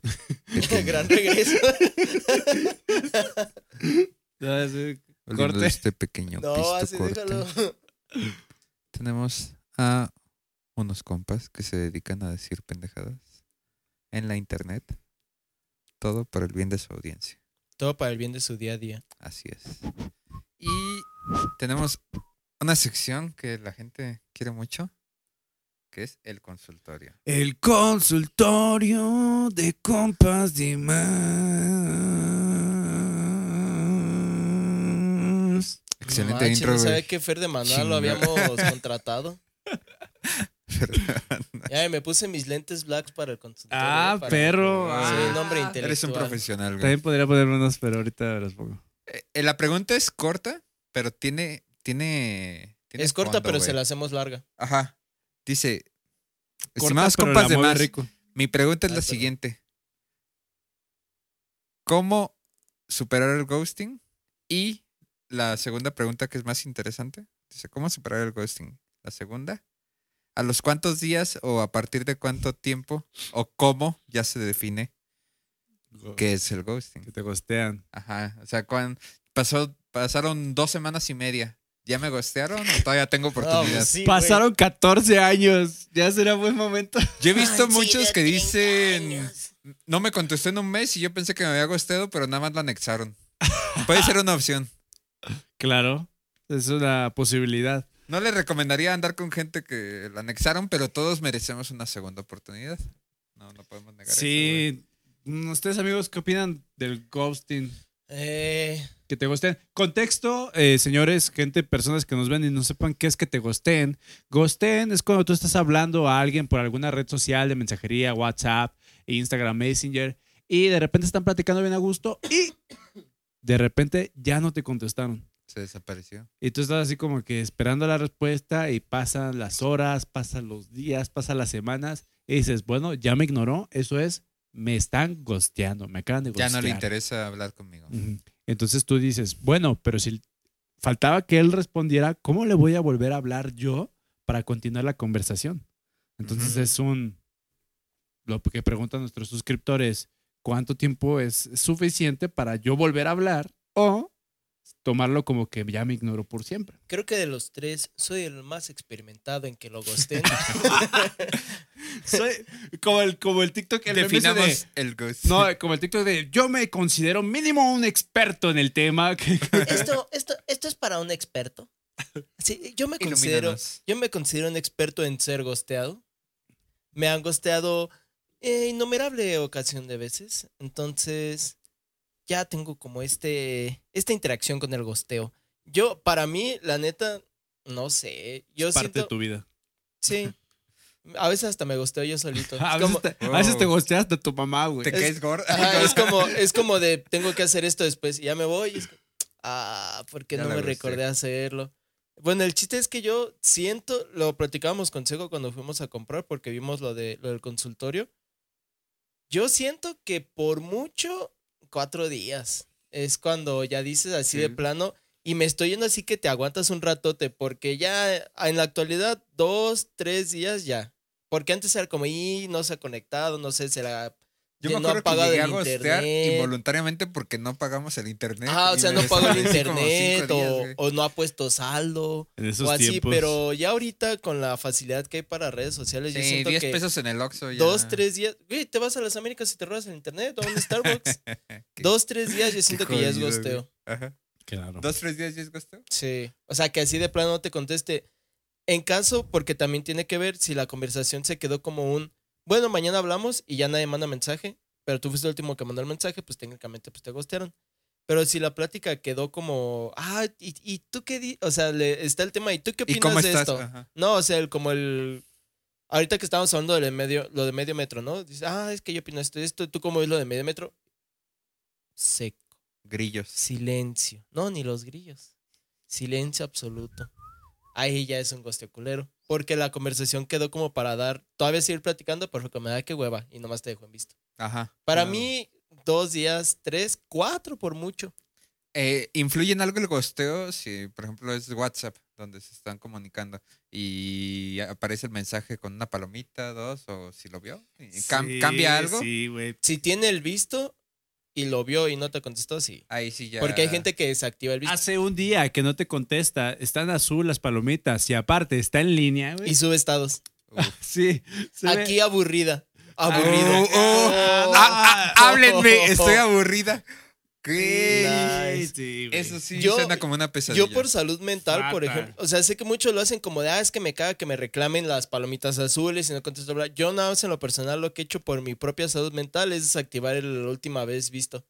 Speaker 1: Gran regreso.
Speaker 2: volviendo
Speaker 3: Corte.
Speaker 2: de este pequeño
Speaker 1: No,
Speaker 2: pisto
Speaker 1: así
Speaker 2: corte,
Speaker 1: déjalo.
Speaker 2: Tenemos a unos compas que se dedican a decir pendejadas en la internet. Todo por el bien de su audiencia.
Speaker 1: Todo para el bien de su día a día.
Speaker 2: Así es. Y tenemos una sección que la gente quiere mucho, que es el consultorio.
Speaker 3: El consultorio de compas de más.
Speaker 2: Excelente
Speaker 1: Manches,
Speaker 2: intro,
Speaker 1: No
Speaker 2: güey.
Speaker 1: sabía que Fer de Maná lo
Speaker 2: Chinga.
Speaker 1: habíamos contratado.
Speaker 2: Perdón.
Speaker 1: Ya me puse mis lentes blacks para el consultorio.
Speaker 3: Ah,
Speaker 1: para-
Speaker 3: perro.
Speaker 1: Soy
Speaker 3: ah.
Speaker 1: un hombre inteligente.
Speaker 2: Eres un
Speaker 1: Intelectual.
Speaker 2: profesional, güey.
Speaker 3: También podría ponerme unos, pero ahorita los pongo.
Speaker 2: Eh, La pregunta es corta, pero tiene. tiene, tiene
Speaker 1: Es corta,
Speaker 2: fondo,
Speaker 1: pero se
Speaker 2: güey.
Speaker 1: la hacemos larga.
Speaker 2: Ajá. Dice.
Speaker 3: Corta,
Speaker 2: Estimados
Speaker 3: pero la
Speaker 2: compas de
Speaker 3: mueve
Speaker 2: más.
Speaker 3: rico.
Speaker 2: Mi pregunta es
Speaker 1: Ay,
Speaker 2: la
Speaker 1: perdón.
Speaker 2: siguiente. ¿Cómo superar el ghosting? Y la segunda pregunta que es más interesante. Dice, ¿cómo superar el ghosting? La segunda. ¿A los cuántos días o a partir de cuánto tiempo o cómo ya se define qué es el
Speaker 3: Que
Speaker 2: ghosting?
Speaker 3: te gostean.
Speaker 2: Ajá. O sea, cuan- pasó, pasaron dos semanas y media. ¿Ya me ghostearon o todavía tengo
Speaker 1: No,
Speaker 2: oportunidad?
Speaker 1: pues sí, güey.
Speaker 3: Pasaron 14 años. Ya será buen momento.
Speaker 2: Yo he visto muchos que dicen... No me contestó en un mes y yo pensé que me había gosteado, pero nada más lo anexaron. Puede ser una opción.
Speaker 3: Claro. Es una posibilidad.
Speaker 2: No le recomendaría andar con gente que la anexaron, pero todos merecemos una segunda oportunidad. No, no podemos negar eso.
Speaker 3: Sí. Mm, ¿Ustedes, amigos, qué opinan del ghosting?
Speaker 1: Eh,
Speaker 3: Que te gosteen. Contexto, eh, señores, gente, personas que nos ven y no sepan qué es que te gosteen. Gosteen es cuando tú estás hablando a alguien por alguna red social de mensajería, WhatsApp, Instagram, Messenger, y de repente están platicando bien a gusto y de repente ya no te contestaron.
Speaker 2: güey. Se desapareció.
Speaker 3: Y tú estás así como que esperando la respuesta y pasan las horas, pasan los días, pasan las semanas y dices, bueno, ya me ignoró, eso es, me están gosteando, me acaban de
Speaker 2: Ya
Speaker 3: gostear.
Speaker 2: no le interesa hablar conmigo.
Speaker 1: Mm.
Speaker 3: Ujú. Entonces tú dices, bueno, pero si faltaba que él respondiera, ¿cómo le voy a volver a hablar yo para continuar la conversación? Entonces
Speaker 2: Ujú.
Speaker 3: es un, lo que preguntan nuestros suscriptores, ¿cuánto tiempo es suficiente para yo volver a hablar o tomarlo como que ya me ignoró por siempre?
Speaker 1: creo que de los tres soy el más experimentado en que lo gosten.
Speaker 3: Soy como el, como el TikTok el meme ese de-
Speaker 2: Definamos el ghost.
Speaker 3: No, como el TikTok de yo me considero mínimo un experto en el tema. que-
Speaker 1: esto, esto, esto es para un experto. Sí, yo me considero,
Speaker 2: Ilumínanos.
Speaker 1: yo me considero un experto en ser gosteado. Me han gosteado eh, innumerable ocasión de veces. Entonces, ya tengo como este, esta interacción con el gosteo. Yo, para mí, la neta, no sé. Yo
Speaker 3: parte de
Speaker 1: siento,
Speaker 3: tu vida.
Speaker 1: Sí. A veces hasta me gosteo yo solito.
Speaker 3: A
Speaker 1: Es
Speaker 3: veces,
Speaker 1: como,
Speaker 3: te, a veces te gosteas de tu mamá, güey.
Speaker 2: ¿Te caes gordo?
Speaker 1: ajá, es como, es como de tengo que hacer esto después y ya me voy. y es como, ah, ¿por qué
Speaker 2: Ya
Speaker 1: no
Speaker 2: la
Speaker 1: me
Speaker 2: gosteé.
Speaker 1: recordé hacerlo? Bueno, el chiste es que yo siento, lo platicábamos con Sego cuando fuimos a comprar porque vimos lo, de, lo del consultorio. Yo siento que por mucho cuatro días es cuando ya dices así
Speaker 2: Sí.
Speaker 1: de plano Y me estoy yendo así que te aguantas un ratote, porque ya en la actualidad, dos, tres días ya. Porque antes era como, y no se ha conectado, no sé, se la.
Speaker 2: Yo
Speaker 1: ya
Speaker 2: me
Speaker 1: no
Speaker 2: acuerdo
Speaker 1: ha
Speaker 2: que
Speaker 1: pagado
Speaker 2: llegué a
Speaker 1: el
Speaker 2: gostear
Speaker 1: internet.
Speaker 2: involuntariamente porque no pagamos el internet.
Speaker 1: Ah, o
Speaker 2: y
Speaker 1: sea,
Speaker 2: me
Speaker 1: no pago el
Speaker 2: desaparecí ¿eh? como cinco
Speaker 1: internet
Speaker 2: días,
Speaker 1: o,
Speaker 2: güey.
Speaker 1: o no ha puesto saldo
Speaker 3: En esos
Speaker 1: o así,
Speaker 3: tiempos.
Speaker 1: pero ya ahorita con la facilidad que hay para redes sociales, yo
Speaker 2: Sí,
Speaker 1: siento
Speaker 2: 10
Speaker 1: que
Speaker 2: pesos en el Oxxo. ya.
Speaker 1: dos, tres días, güey, te vas a las Américas y te robas el internet o a un Starbucks. dos, tres días yo siento que ya es
Speaker 2: jodido, güey.
Speaker 1: gosteo.
Speaker 2: Ajá.
Speaker 3: Claro.
Speaker 2: ¿Dos, tres días ya es gosteo?
Speaker 1: Sí. O sea, que así de plano no te conteste. En caso, porque también tiene que ver si la conversación se quedó como un, bueno, mañana hablamos y ya nadie manda mensaje, pero tú fuiste el último que mandó el mensaje, pues técnicamente pues te gostearon. Pero si la plática quedó como, ah, ¿y, y tú qué? di-?" O sea, le- está el tema, ¿y tú qué
Speaker 2: ¿Y
Speaker 1: opinas
Speaker 2: cómo
Speaker 1: de
Speaker 2: estás? Ah.
Speaker 1: esto?
Speaker 2: Ajá.
Speaker 1: No, o sea, el, como el... Ahorita que estábamos hablando de lo de medio, lo de medio metro, ¿no? Dices, ah, es que yo opino esto, y esto, ¿tú cómo ves lo de medio metro? Seco.
Speaker 2: Grillos.
Speaker 1: Silencio. No, ni los grillos. Silencio absoluto. Ahí ya es un gosteo culero. Porque la conversación quedó como para dar. Todavía seguir platicando, pero fue como, da que hueva. Y nomás te dejo en visto.
Speaker 2: Ajá.
Speaker 1: Para
Speaker 2: Claro.
Speaker 1: mí, dos días, tres, cuatro por mucho.
Speaker 2: Eh, ¿Influye en algo el gosteo? Si, por ejemplo, es WhatsApp, donde se están comunicando y aparece el mensaje con una palomita, dos, o si lo vio. y cam-
Speaker 3: Sí,
Speaker 2: ¿Cambia algo?
Speaker 3: Sí, güey.
Speaker 1: Si tiene el visto y lo vio y no te contestó, sí.
Speaker 2: Ahí sí ya.
Speaker 1: Porque hay gente que desactiva el visto
Speaker 3: Hace un día que no te contesta, están azul las palomitas y aparte está en línea, güey.
Speaker 1: y sube estados.
Speaker 2: Uf.
Speaker 3: Sí. se ve-
Speaker 1: Aquí aburrida.
Speaker 2: Oh,
Speaker 1: Aburrido.
Speaker 2: oh, ah, ah, háblenme, estoy aburrida. ¿Qué?
Speaker 1: Nah. Nice.
Speaker 3: Sí, güey.
Speaker 2: Eso sí
Speaker 1: Yo-
Speaker 2: suena como una pesadilla.
Speaker 1: Yo por salud mental, por
Speaker 3: Fatal.
Speaker 1: ejemplo, o sea, sé que muchos lo hacen como de, ah, es que me caga que me reclamen las palomitas azules y no contesto bla. Yo nada más en lo personal lo que he hecho por mi propia salud mental es desactivar el última vez visto.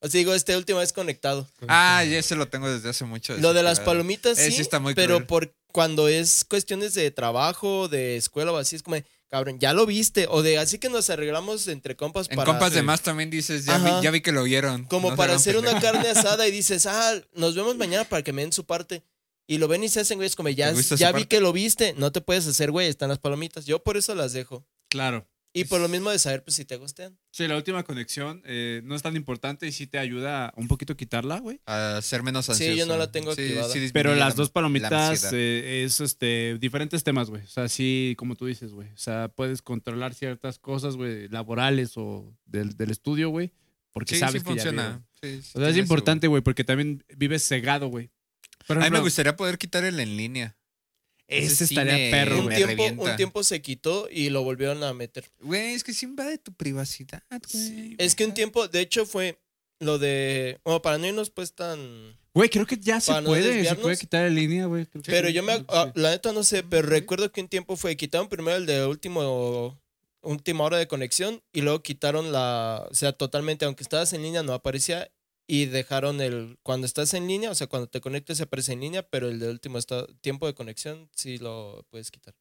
Speaker 1: O sea, digo, este última vez conectado.
Speaker 2: Ah, ya se lo tengo desde hace mucho.
Speaker 1: Lo de las
Speaker 2: desesperado.
Speaker 1: palomitas
Speaker 2: Eh,
Speaker 1: sí,
Speaker 2: sí está muy
Speaker 1: pero
Speaker 2: cruel.
Speaker 1: por cuando es cuestiones de trabajo, de escuela o así, es como, de, cabrón, ya lo viste. O de, así que nos arreglamos entre compas
Speaker 2: En
Speaker 1: para...
Speaker 2: compas de
Speaker 3: sí.
Speaker 2: más también dices, ya vi,
Speaker 1: Ajá.
Speaker 2: ya vi que lo vieron.
Speaker 1: Como
Speaker 2: no se
Speaker 1: para
Speaker 2: hagan
Speaker 1: hacer una
Speaker 2: pendejos.
Speaker 1: carne asada y dices, ah, nos vemos mañana para que me den su parte. Y lo ven y se hacen, güey, es como, ya,
Speaker 2: ¿Te gusta su
Speaker 1: ya vi
Speaker 2: parte?
Speaker 1: que lo viste, no te puedes hacer, güey, están las palomitas. Yo por eso las dejo.
Speaker 3: Claro.
Speaker 1: Y por lo mismo de saber, pues, si te gustean.
Speaker 3: Sí, la última conexión eh, no es tan importante y sí te ayuda un poquito a quitarla, güey.
Speaker 2: A ser menos
Speaker 1: Sí,
Speaker 2: ansioso.
Speaker 1: yo no la tengo activada.
Speaker 2: disminuye
Speaker 3: Pero
Speaker 2: la-
Speaker 3: las dos
Speaker 2: la
Speaker 3: palomitas
Speaker 2: ansiedad.
Speaker 3: eh, es este, diferentes temas, güey. O sea, sí, como tú dices, güey. O sea, puedes controlar ciertas cosas, güey, laborales o del, del estudio, güey. Porque
Speaker 2: sí, sí
Speaker 3: sabes que ya
Speaker 2: funciona.
Speaker 3: vieron.
Speaker 2: Sí, sí
Speaker 3: O sea,
Speaker 2: tiene
Speaker 3: es
Speaker 2: su-
Speaker 3: importante, güey, porque también vives cegado, güey. Por
Speaker 2: A mí me
Speaker 3: ejemplo,
Speaker 2: gustaría poder quitar el en línea.
Speaker 3: ese
Speaker 2: ese
Speaker 3: estaría
Speaker 2: cine-
Speaker 3: perro,
Speaker 2: Pero
Speaker 1: Un
Speaker 2: me
Speaker 3: güey.
Speaker 1: tiempo,
Speaker 2: revienta.
Speaker 1: un tiempo se quitó y lo volvieron a meter.
Speaker 2: Güey, es que se invade tu privacidad, güey.
Speaker 1: Es que un tiempo, de hecho, fue lo de. Bueno, para no irnos, pues tan.
Speaker 3: Güey, creo que ya se
Speaker 1: Para no
Speaker 3: puede, se
Speaker 1: desviarnos.
Speaker 3: puede quitar en línea, güey. Creo que
Speaker 1: Pero
Speaker 3: sí.
Speaker 1: yo me.
Speaker 3: Sí.
Speaker 1: ah, La neta no sé, pero recuerdo que un tiempo fue. Quitaron primero el de último. Última hora de conexión. Y luego quitaron la. O sea, totalmente. Aunque estabas en línea, no aparecía. Y dejaron el. Cuando estás en línea, o sea, cuando te conectas, aparece en línea. Pero el de último esta- tiempo de conexión, sí lo puedes quitar.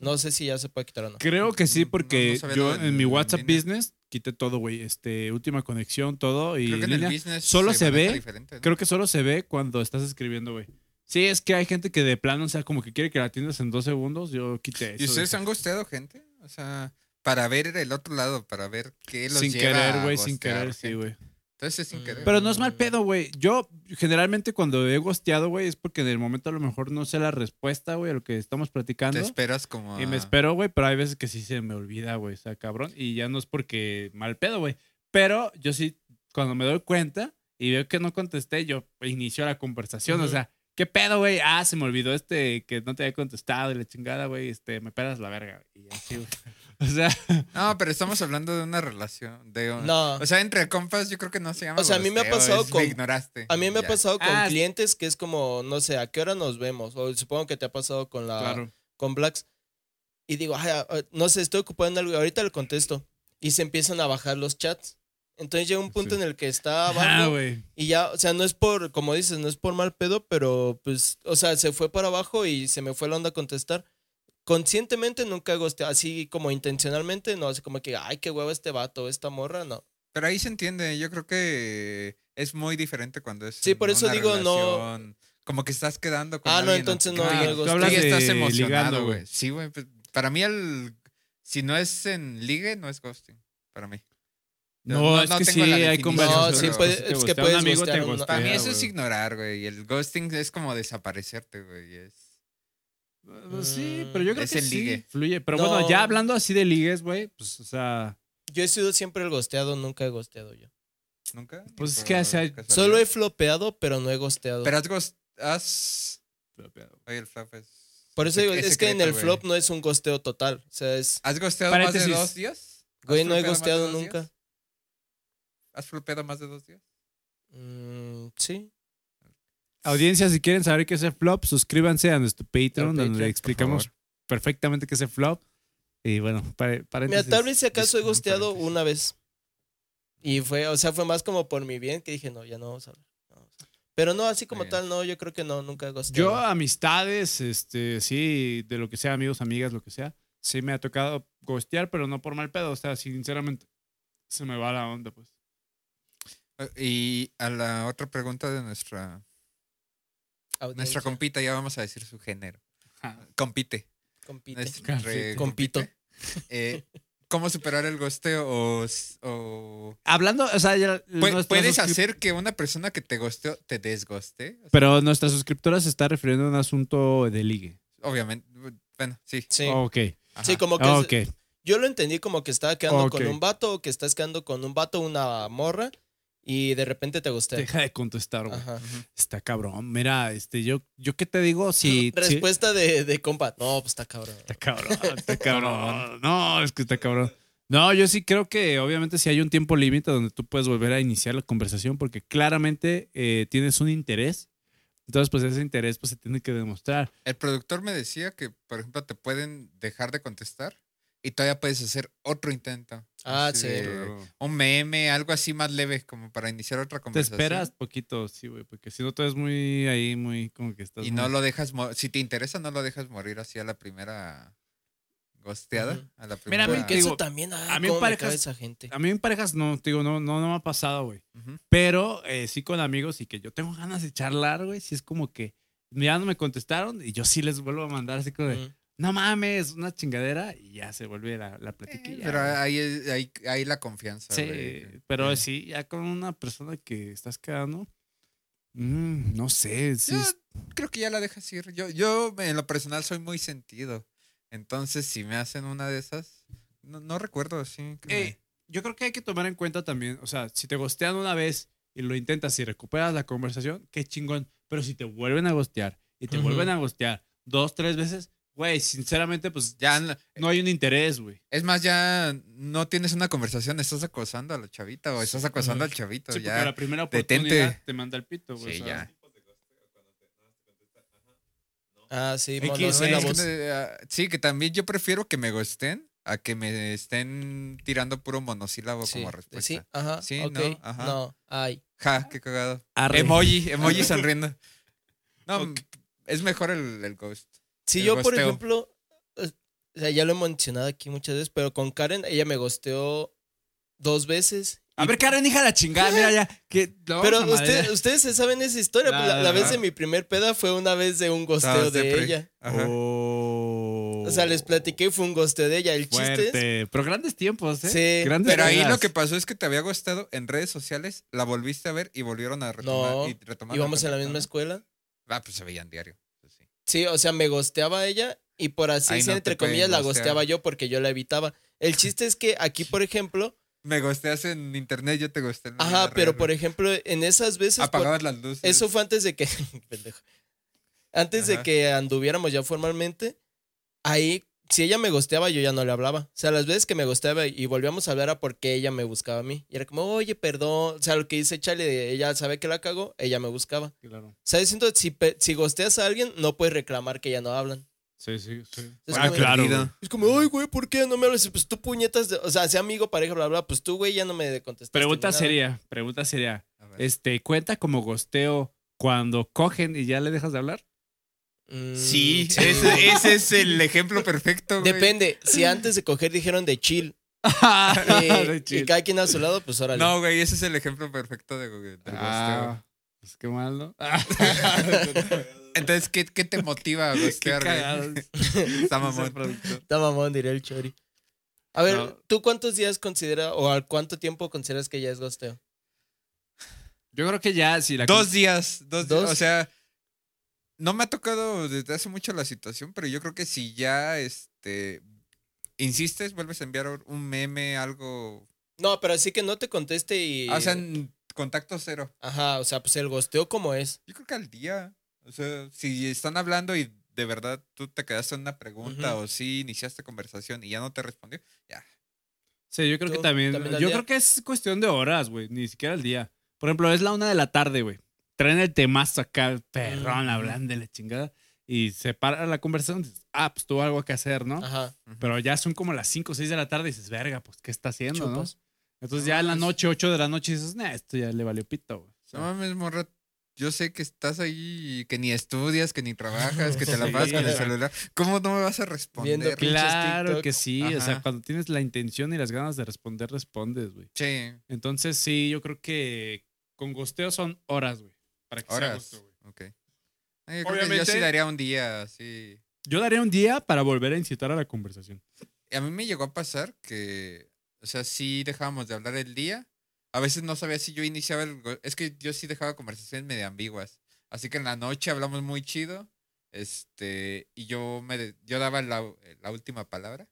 Speaker 1: No sé si ya se puede quitar o no.
Speaker 3: Creo que sí,
Speaker 2: No, no
Speaker 3: porque
Speaker 2: sabía
Speaker 3: yo
Speaker 2: lo del-
Speaker 3: en mi
Speaker 2: en
Speaker 3: WhatsApp
Speaker 2: línea.
Speaker 3: Business quité todo, güey. Este, última conexión, todo. Y
Speaker 2: Creo que en el
Speaker 3: línea.
Speaker 2: business
Speaker 3: solo se
Speaker 2: maneja
Speaker 3: ve-
Speaker 2: diferente, ¿no?
Speaker 3: Creo que solo se ve cuando estás escribiendo, güey. Sí, es que hay gente que de plano, o sea, como que quiere que la atiendas en dos segundos. Yo quité eso.
Speaker 2: ¿Y ustedes
Speaker 3: dije,
Speaker 2: han gosteado gente? O sea, para ver el otro lado, para ver qué los
Speaker 3: sin
Speaker 2: lleva
Speaker 3: querer,
Speaker 2: a
Speaker 3: güey, sin
Speaker 2: gostear
Speaker 3: querer, sí,
Speaker 2: gente.
Speaker 3: güey.
Speaker 2: Entonces
Speaker 1: Mm.
Speaker 2: es sin querer.
Speaker 3: Pero no es mal pedo, güey. Yo generalmente cuando he gosteado, güey, es porque en el momento a lo mejor no sé la respuesta, güey, a lo que estamos
Speaker 2: Te
Speaker 3: platicando.
Speaker 2: esperas como
Speaker 3: Y me
Speaker 2: a-
Speaker 3: espero, güey, pero hay veces que sí se me olvida, güey, o sea, cabrón. Y ya no es porque mal pedo, güey. Pero yo sí, cuando me doy cuenta y veo que no contesté, yo inicio la conversación. O
Speaker 1: Ujú.
Speaker 3: sea, ¿qué pedo, güey? Ah, se me olvidó este que no te había contestado y la chingada, güey. Este, me pelas la verga. güey, Y así, güey. O sea,
Speaker 2: No, pero estamos hablando de una relación. De...
Speaker 1: No.
Speaker 2: O sea, entre compas yo creo que no se llama
Speaker 1: O sea, a mí me ha
Speaker 2: gosteo,
Speaker 1: pasado
Speaker 2: es
Speaker 1: con-
Speaker 2: Me ignoraste.
Speaker 1: A mí me ha
Speaker 2: Ya.
Speaker 1: pasado con
Speaker 3: Ah, sí.
Speaker 1: clientes que es como, no sé, ¿a qué hora nos vemos? O supongo que te ha pasado con
Speaker 2: Ah,
Speaker 1: la.
Speaker 3: claro.
Speaker 1: con Blacks. Y digo, "Ay, ah, ah, no sé, estoy ocupado en algo, ahorita le contesto. Y se empiezan a bajar los chats. Entonces llega un punto
Speaker 3: Sí.
Speaker 1: en el que está
Speaker 3: Ah,
Speaker 1: abajo
Speaker 3: güey.
Speaker 1: y ya, o sea, no es por, como dices, no es por mal pedo, pero pues, o sea, se fue para abajo y se me fue la onda a contestar. Conscientemente nunca goste, así como intencionalmente, no, así como que, ay, qué huevo este vato, esta morra, no.
Speaker 2: Pero ahí se entiende. Yo creo que es muy diferente cuando es.
Speaker 1: Sí, por
Speaker 2: en
Speaker 1: eso
Speaker 2: una
Speaker 1: digo, no-
Speaker 2: relación, Como que estás quedando con.
Speaker 1: Ah, no,
Speaker 2: alguien,
Speaker 1: entonces
Speaker 2: Que
Speaker 1: no,
Speaker 2: tú
Speaker 1: no
Speaker 2: ya-
Speaker 1: es
Speaker 2: tú
Speaker 1: gosteo.
Speaker 2: ya
Speaker 3: Hablas de
Speaker 2: estás emocionado,
Speaker 3: ligando,
Speaker 2: güey.
Speaker 3: güey.
Speaker 2: Sí, güey. pues, para mí, el... si no es en ligue, no es ghosting. Para mí.
Speaker 3: No,
Speaker 2: No,
Speaker 3: es
Speaker 2: no
Speaker 3: que
Speaker 2: tengo
Speaker 3: sí,
Speaker 2: la
Speaker 3: hay
Speaker 2: definición.
Speaker 1: No,
Speaker 3: conversaciones.
Speaker 1: sí,
Speaker 3: pero
Speaker 1: puede-
Speaker 3: si te
Speaker 1: es que
Speaker 3: gustea un
Speaker 1: puedes
Speaker 3: amigo,
Speaker 1: gustear
Speaker 3: te
Speaker 1: a un-
Speaker 3: gustea,
Speaker 2: Para mí eso es
Speaker 3: güey.
Speaker 2: ignorar, güey. El ghosting es como desaparecerte, güey. Es...
Speaker 3: Uh, Sí, pero yo creo
Speaker 2: Mm, Es
Speaker 3: que
Speaker 2: el
Speaker 3: sí
Speaker 2: ligue.
Speaker 3: fluye. Pero
Speaker 1: No.
Speaker 3: bueno, ya hablando así de ligues, güey, pues, o sea,
Speaker 1: Yo he sido siempre el gosteado, nunca he gosteado yo.
Speaker 2: ¿Nunca? Ni
Speaker 3: Pues es
Speaker 2: por
Speaker 3: que, o sea,
Speaker 2: casualidad.
Speaker 1: Solo he flopeado, pero no he gosteado.
Speaker 2: Pero has... ghost- has- Oye, el flop es...
Speaker 1: Por eso digo, es, que en
Speaker 2: secreto,
Speaker 1: el
Speaker 2: güey.
Speaker 1: flop no es un gosteo total. O sea, es,
Speaker 2: ¿Has gosteado más
Speaker 3: Paréntesis.
Speaker 2: de dos días?
Speaker 1: güey,
Speaker 2: ¿Has
Speaker 1: no he
Speaker 2: flopeado más de
Speaker 1: gosteado
Speaker 2: dos días?
Speaker 1: nunca.
Speaker 2: ¿Has flopeado más de dos días?
Speaker 1: Mm, sí.
Speaker 3: audiencia, si quieren saber qué es el flop, suscríbanse a nuestro Patreon,
Speaker 1: Al
Speaker 3: donde
Speaker 1: Patreon,
Speaker 3: le
Speaker 1: por
Speaker 3: explicamos perfectamente qué es el flop. Y bueno, para,
Speaker 1: Mira, tal vez si acaso he
Speaker 2: disculpa,
Speaker 1: gosteado
Speaker 2: paréntesis.
Speaker 1: una vez. Y fue, o sea, fue más como por mi bien que dije, no, ya no vamos a hablar. no vamos a hablar. Pero no, así como
Speaker 2: Muy bien.
Speaker 1: tal, no, yo creo que no, nunca he gosteado.
Speaker 3: Yo, amistades, este, sí, de lo que sea, amigos, amigas, lo que sea, sí me ha tocado gostear, pero no por mal pedo. O sea, sinceramente, se me va la onda, pues.
Speaker 2: Eh, Y a la otra pregunta de nuestra,
Speaker 1: Audiencia,
Speaker 2: nuestra compita, ya vamos a decir su género. Compite.
Speaker 1: compite.
Speaker 2: Nuestra
Speaker 3: Compite.
Speaker 1: Compito.
Speaker 2: Eh, ¿Cómo superar el gosteo? O, s- o-
Speaker 3: Hablando, o sea, ya
Speaker 2: Pue-
Speaker 3: nuestros
Speaker 2: ¿Puedes
Speaker 3: suscrip-
Speaker 2: hacer que una persona que te gosteó te desgoste?
Speaker 3: Pero nuestra suscriptora se está refiriendo a un asunto de ligue. Ah,
Speaker 2: Obviamente. Bueno, sí.
Speaker 1: Sí.
Speaker 3: Ok.
Speaker 2: ajá.
Speaker 1: Sí, como que
Speaker 3: Ah,
Speaker 1: es-
Speaker 3: Oh, ok.
Speaker 1: yo lo entendí como que estaba quedando
Speaker 3: Ok.
Speaker 1: con un vato o que estás quedando con un vato, una morra, y de repente te gostea.
Speaker 3: Deja de contestar, güey.
Speaker 1: Ajá.
Speaker 2: Ujú.
Speaker 3: Está cabrón. Mira, este, yo, yo qué te digo si. si-
Speaker 1: Respuesta de, de compa. No, pues está cabrón.
Speaker 3: Está cabrón, está cabrón. No, es que está cabrón. No, yo sí creo que obviamente si hay un tiempo límite donde tú puedes volver a iniciar la conversación porque claramente eh, tienes un interés. Entonces, pues ese interés pues, se tiene que demostrar.
Speaker 2: El productor me decía que, por ejemplo, te pueden dejar de contestar y todavía puedes hacer otro intento.
Speaker 1: Ah,
Speaker 2: Así
Speaker 1: sí.
Speaker 2: de Un meme, algo así más leve, como para iniciar otra
Speaker 3: Te
Speaker 2: conversación.
Speaker 3: esperas poquito, sí, güey, porque si no, tú eres muy ahí, muy como que estás.
Speaker 2: Y no
Speaker 3: muy-
Speaker 2: lo dejas, mo- si te interesa, no lo dejas morir así a la primera gosteada.
Speaker 1: Ujú.
Speaker 2: A la
Speaker 3: Mira,
Speaker 2: primera.
Speaker 3: a mí
Speaker 1: Porque
Speaker 3: te
Speaker 1: eso
Speaker 3: digo,
Speaker 1: también, ay,
Speaker 3: a mí en
Speaker 1: cómo me
Speaker 3: parejas-
Speaker 1: cabe esa gente.
Speaker 3: A mí en parejas no, te digo, no, no, no me ha pasado, güey.
Speaker 2: Ujú.
Speaker 3: Pero eh, sí con amigos y que yo tengo ganas de charlar, güey. Si es como que ya no me contestaron y yo sí les vuelvo a mandar así como de,
Speaker 1: Mm.
Speaker 3: no mames, una chingadera y ya se vuelve la, la
Speaker 2: Eh,
Speaker 3: platiquilla.
Speaker 2: pero
Speaker 3: güey.
Speaker 2: ahí, es- ahí, ahí la confianza.
Speaker 3: sí,
Speaker 2: güey.
Speaker 3: pero
Speaker 2: Eh,
Speaker 3: sí, ya con una persona que estás quedando, mm, no sé, sí,
Speaker 2: Yo
Speaker 3: es-
Speaker 2: creo que ya la dejas ir. Yo, yo en lo personal soy muy sentido. Entonces, si me hacen una de esas, no, no recuerdo así. que me-
Speaker 3: Ey, Eh, yo creo que hay que tomar en cuenta también, o sea, si te gostean una vez y lo intentas y recuperas la conversación, qué chingón. Pero si te vuelven a gostear y te
Speaker 1: Ujú.
Speaker 3: vuelven a gostear dos, tres veces, güey, sinceramente, pues
Speaker 2: Ya, no-
Speaker 3: no hay un interés, güey.
Speaker 2: es más, ya no tienes una conversación, estás acosando a la chavita o estás acosando
Speaker 1: Ujú.
Speaker 2: al chavito.
Speaker 3: Sí, porque a
Speaker 2: ya.
Speaker 3: la primera oportunidad
Speaker 2: detente.
Speaker 3: te manda el pito,
Speaker 1: pues,
Speaker 3: güey.
Speaker 2: Sí,
Speaker 3: o sea,
Speaker 2: ya.
Speaker 1: Ah, sí,
Speaker 3: X,
Speaker 2: No, es que,
Speaker 1: monosílabos.
Speaker 2: eh, ah, sí, que también yo prefiero que me gosten a que me estén tirando puro monosílabo
Speaker 1: Sí,
Speaker 2: como respuesta.
Speaker 1: sí, ajá,
Speaker 2: Sí,
Speaker 1: ok,
Speaker 2: no, ajá.
Speaker 1: no, ay.
Speaker 2: Ja, qué cagado.
Speaker 3: Arre.
Speaker 2: Emoji, emoji sonriendo. No,
Speaker 3: Ok.
Speaker 2: es mejor el, el ghost.
Speaker 1: Si
Speaker 2: El
Speaker 1: yo, por
Speaker 2: gosteo.
Speaker 1: ejemplo, eh, o sea, ya lo he mencionado aquí muchas veces, pero con Karen, ella me gosteó dos veces.
Speaker 3: A ver, Karen, hija de la chingada, mira ya. Que la
Speaker 1: Pero
Speaker 3: vamos a
Speaker 1: usted-
Speaker 3: madrear.
Speaker 1: ustedes se saben esa historia.
Speaker 3: La-
Speaker 1: La, la
Speaker 3: la-
Speaker 1: vez de mi primer peda fue una vez de un
Speaker 2: Estabas
Speaker 1: gosteo de
Speaker 2: depre.
Speaker 1: ella.
Speaker 2: Ajá.
Speaker 3: Oh.
Speaker 1: O sea, les platiqué y fue un gosteo de ella. El chiste
Speaker 3: Fuerte. Pero grandes tiempos, ¿eh?
Speaker 1: Sí.
Speaker 3: Grandes
Speaker 2: Pero ahí
Speaker 3: pedas.
Speaker 2: lo que pasó es que te había gostado en redes sociales, la volviste a ver y volvieron a retomar.
Speaker 1: No,
Speaker 2: y retomaron
Speaker 1: es, íbamos en la
Speaker 2: contacto,
Speaker 1: misma
Speaker 2: ¿no?
Speaker 1: escuela.
Speaker 2: Ah, pues se veían diario. pues sí.
Speaker 1: Sí, o sea, me gosteaba ella y por así
Speaker 2: Ay,
Speaker 1: decir,
Speaker 2: no te
Speaker 1: entre
Speaker 2: pueden
Speaker 1: comillas, la
Speaker 2: gostear.
Speaker 1: gosteaba yo porque yo la evitaba. El chiste es que aquí, por ejemplo,
Speaker 2: Me gosteas en internet, yo te gosté en la vida
Speaker 1: ajá, pero
Speaker 2: real,
Speaker 1: por
Speaker 2: güey.
Speaker 1: ejemplo, en esas veces... por-
Speaker 2: Apagabas las luces.
Speaker 1: Eso fue antes de que. pendejo. Antes de
Speaker 2: Ajá.
Speaker 1: que anduviéramos ya formalmente. Ahí, si ella me gosteaba, yo ya no le hablaba. O sea, las veces que me gosteaba y volvíamos a hablar era porque ella me buscaba a mí. Y era como, oye, perdón. O sea, lo que dice Charlie, de ella sabe que la cagó, ella me buscaba.
Speaker 3: Claro.
Speaker 1: O sea, diciendo, si, pe- si gosteas a alguien, no puedes reclamar que ya no hablan.
Speaker 3: Sí, sí, sí.
Speaker 1: Es
Speaker 3: ah,
Speaker 1: como-
Speaker 3: claro.
Speaker 2: Perdido.
Speaker 3: güey.
Speaker 1: Es como, ay, güey, ¿por qué no me hablas? Y Pues tú puñetas, de- o sea, sea amigo, pareja, bla, bla. Pues tú, güey, ya no me contestaste.
Speaker 3: Pregunta
Speaker 1: ni nada.
Speaker 3: seria, pregunta seria.
Speaker 2: A ver.
Speaker 3: Este, ¿cuenta como gosteo cuando cogen y ya le dejas de hablar?
Speaker 1: Mm,
Speaker 2: Sí,
Speaker 1: sí.
Speaker 2: Ese, ese es el ejemplo perfecto. güey.
Speaker 1: Depende. Si antes de coger dijeron de chill,
Speaker 3: De
Speaker 1: Eh, y
Speaker 3: chill.
Speaker 1: cada quien a su lado, pues órale.
Speaker 2: No, güey, ese es el ejemplo perfecto de Google. del
Speaker 3: Ah, pues qué mal, ¿no?
Speaker 2: gosteo. Entonces, ¿qué, qué te motiva a
Speaker 3: Qué
Speaker 2: gostear, güey?
Speaker 3: cagados.
Speaker 2: Está
Speaker 3: Ese
Speaker 2: mamón.
Speaker 3: productor.
Speaker 1: Está mamón, diría el chori. A ver,
Speaker 2: No.
Speaker 1: ¿tú cuántos días consideras o al cuánto tiempo consideras que ya es gosteo?
Speaker 3: Yo creo que ya, si la.
Speaker 2: Dos días, dos, días.
Speaker 1: Dos.
Speaker 2: O sea, no me ha tocado desde hace mucho la situación, pero yo creo que si ya este insistes, vuelves a enviar un meme, algo.
Speaker 1: No, pero así que no te conteste y.
Speaker 2: O sea, n- contacto cero.
Speaker 1: Ajá, o sea, pues el gosteo como es.
Speaker 2: Yo creo que al día. O sea, si están hablando y de verdad tú te quedaste en una pregunta
Speaker 1: Ujú.
Speaker 2: o sí iniciaste conversación y ya no te respondió, ya.
Speaker 3: Sí, yo creo que
Speaker 1: Tú,
Speaker 3: también.
Speaker 1: también al
Speaker 3: yo
Speaker 1: día.
Speaker 3: creo que es cuestión de horas, güey. Ni siquiera al día. Por ejemplo, es la una de la tarde, güey. Traen el temazo acá, perrón,
Speaker 1: Ujú.
Speaker 3: hablando de la chingada. Y se para la conversación. dices, ah, pues tuvo algo que hacer, ¿no?
Speaker 1: Ajá.
Speaker 3: Pero ya son como las 5 o 6 de la tarde y dices, verga, pues, ¿qué está haciendo,
Speaker 1: chupas.
Speaker 3: no? Entonces ya en la noche, 8 de la noche, dices, nah, esto ya le valió pito, güey.
Speaker 2: No mames, morra. Yo sé que estás ahí, y que ni estudias, que ni trabajas, que te la pasas con el
Speaker 3: Sí.
Speaker 2: celular. ¿Cómo no me vas a responder?
Speaker 1: Viendo pinches
Speaker 3: Claro
Speaker 1: TikTok.
Speaker 3: que sí. O
Speaker 2: Ajá.
Speaker 3: sea, cuando tienes la intención y las ganas de responder, respondes, güey.
Speaker 2: Sí,
Speaker 3: Entonces, sí, yo creo que con gosteo son horas, güey. Para que sea
Speaker 2: horas.
Speaker 3: gusto, güey.
Speaker 2: Ok. No, Yo creo que yo sí
Speaker 3: Obviamente-
Speaker 2: daría un día, sí.
Speaker 3: Yo daría un día para volver a incitar a la conversación.
Speaker 2: A mí me llegó a pasar que, o sea, sí dejábamos de hablar el día. A veces no sabía si yo iniciaba el... go- Es que yo sí dejaba conversaciones medio ambiguas. Así que en la noche hablamos muy chido. Este, y yo me de- yo daba la, la última palabra.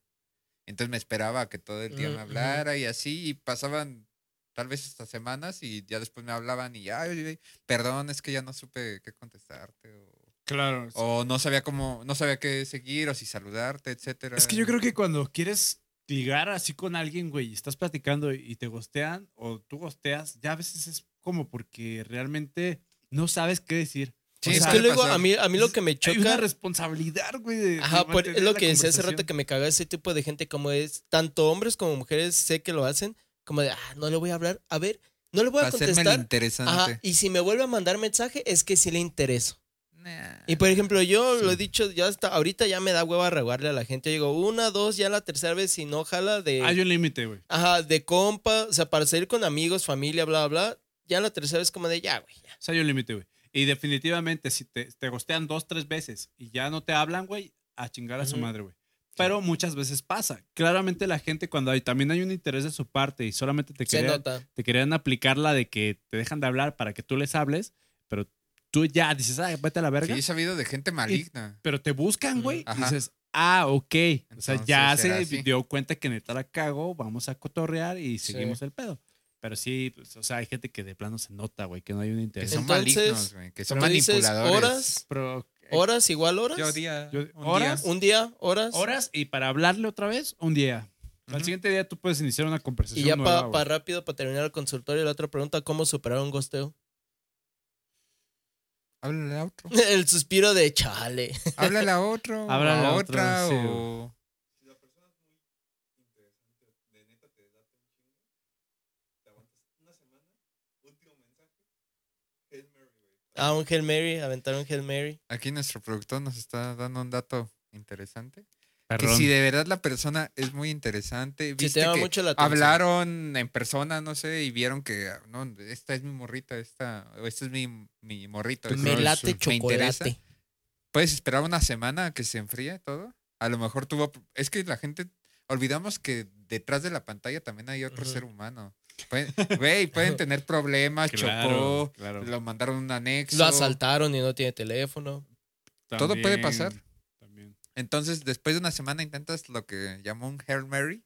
Speaker 2: Entonces me esperaba a que todo el día
Speaker 1: Mm,
Speaker 3: Ah,
Speaker 2: me
Speaker 1: ujú.
Speaker 2: hablara y así. Y pasaban tal vez hasta semanas y ya después me hablaban y, ay, ay, ay, perdón, es que ya no supe qué contestarte. O,
Speaker 3: Claro.
Speaker 2: o no sabía cómo, no sabía qué seguir o si saludarte, etcétera.
Speaker 3: Es que yo creo que cuando quieres ligar así con alguien, güey, y estás platicando y te gostean o tú gosteas, ya a veces es como porque realmente no sabes qué decir.
Speaker 2: Sí,
Speaker 3: O
Speaker 1: es
Speaker 3: sea,
Speaker 1: que
Speaker 2: suele
Speaker 1: luego
Speaker 2: pasar.
Speaker 1: a mí, a mí lo que me
Speaker 3: Hay una
Speaker 1: choca.
Speaker 3: responsabilidad, güey. de- de
Speaker 1: Ajá, por- es
Speaker 3: mantener
Speaker 1: lo
Speaker 3: la
Speaker 1: que decía hace rato
Speaker 3: conversación.
Speaker 1: que me caga ese tipo de gente como es. Tanto hombres como mujeres sé que lo hacen. Como de, ah, no le voy a hablar. A ver, no le voy a
Speaker 2: Para hacerme el
Speaker 1: contestar.
Speaker 2: interesante.
Speaker 1: Ajá, y si me vuelve a mandar mensaje, es que sí le intereso.
Speaker 2: Nah.
Speaker 1: Y por ejemplo, yo lo he
Speaker 3: Sí.
Speaker 1: dicho, ya hasta ahorita ya me da hueva regarle a la gente. Yo digo, una, dos, ya la tercera vez, si no jala de.
Speaker 3: Hay un límite, güey.
Speaker 1: Ajá, de compa, o sea, para salir con amigos, familia, bla, bla. Ya la tercera vez como de ya, güey. ya.
Speaker 3: O sea, hay un límite, güey. Y definitivamente, si te, te gostean dos, tres veces y ya no te hablan, güey, a chingar a su
Speaker 1: Ujú.
Speaker 3: madre, güey. Pero muchas veces pasa. Claramente la gente cuando hay, también hay un interés de su parte y solamente te
Speaker 1: Se
Speaker 3: querían,
Speaker 1: nota.
Speaker 3: te querían aplicar la de que te dejan de hablar para que tú les hables, pero tú ya dices, ah, vete a la verga.
Speaker 2: Sí, he sabido de gente maligna.
Speaker 3: Pero te buscan, güey. y
Speaker 2: Ajá.
Speaker 3: dices, ah, ok. o sea, ya
Speaker 2: Entonces, será
Speaker 3: se
Speaker 2: así.
Speaker 3: dio cuenta que neta la cago, vamos a cotorrear y
Speaker 1: Sí.
Speaker 3: seguimos el pedo. Pero sí, pues, o sea, hay gente que de plano se nota, güey, que no hay un
Speaker 2: Que
Speaker 3: interés.
Speaker 2: son
Speaker 1: Entonces,
Speaker 2: malignos, güey. Que son
Speaker 1: Pero dices,
Speaker 2: manipuladores. Eh,
Speaker 1: horas,
Speaker 3: Pero,
Speaker 1: horas, igual horas.
Speaker 2: Yo día.
Speaker 3: Yo-
Speaker 2: un
Speaker 3: horas,
Speaker 2: día.
Speaker 1: Un día, horas.
Speaker 3: horas y para hablarle otra vez, un día. Al
Speaker 2: Ujú.
Speaker 3: siguiente día tú puedes iniciar una conversación.
Speaker 1: Y ya
Speaker 3: nueva,
Speaker 1: para
Speaker 3: güey.
Speaker 1: rápido, para terminar el consultorio, la otra pregunta, ¿cómo superar un gosteo?
Speaker 2: Háblale a otro.
Speaker 1: El suspiro de chale.
Speaker 2: Háblale a otro. o
Speaker 3: Háblale
Speaker 2: a
Speaker 3: a otro,
Speaker 2: otra.
Speaker 3: sí,
Speaker 2: o...
Speaker 1: A Ah, un Hail Mary, aventar un Hail Mary.
Speaker 2: Aquí nuestro productor nos está dando un dato interesante.
Speaker 3: Perdón.
Speaker 2: Que si de verdad la persona es muy interesante,
Speaker 1: Si te
Speaker 2: viste
Speaker 1: llama
Speaker 2: que
Speaker 1: mucho la atención.
Speaker 2: hablaron en persona, no sé, y vieron que ah, no, esta es mi morrita, esta, o esta es mi, mi morrito.
Speaker 1: Me
Speaker 2: Pues ¿no?
Speaker 1: late
Speaker 2: Me interesa.
Speaker 1: chocolate.
Speaker 2: Puedes esperar una semana a que se enfríe todo. A lo mejor tuvo. Es que la gente. Olvidamos que detrás de la pantalla también hay otro
Speaker 1: Ujú.
Speaker 2: ser humano. Pueden- Güey, pueden tener problemas,
Speaker 3: Claro,
Speaker 2: chocó,
Speaker 3: claro.
Speaker 2: lo mandaron a un anexo.
Speaker 1: Lo asaltaron y no tiene teléfono.
Speaker 2: todo puede
Speaker 3: También,
Speaker 2: pasar.
Speaker 3: también.
Speaker 2: Entonces, después de una semana intentas lo que llamó un Hail Mary.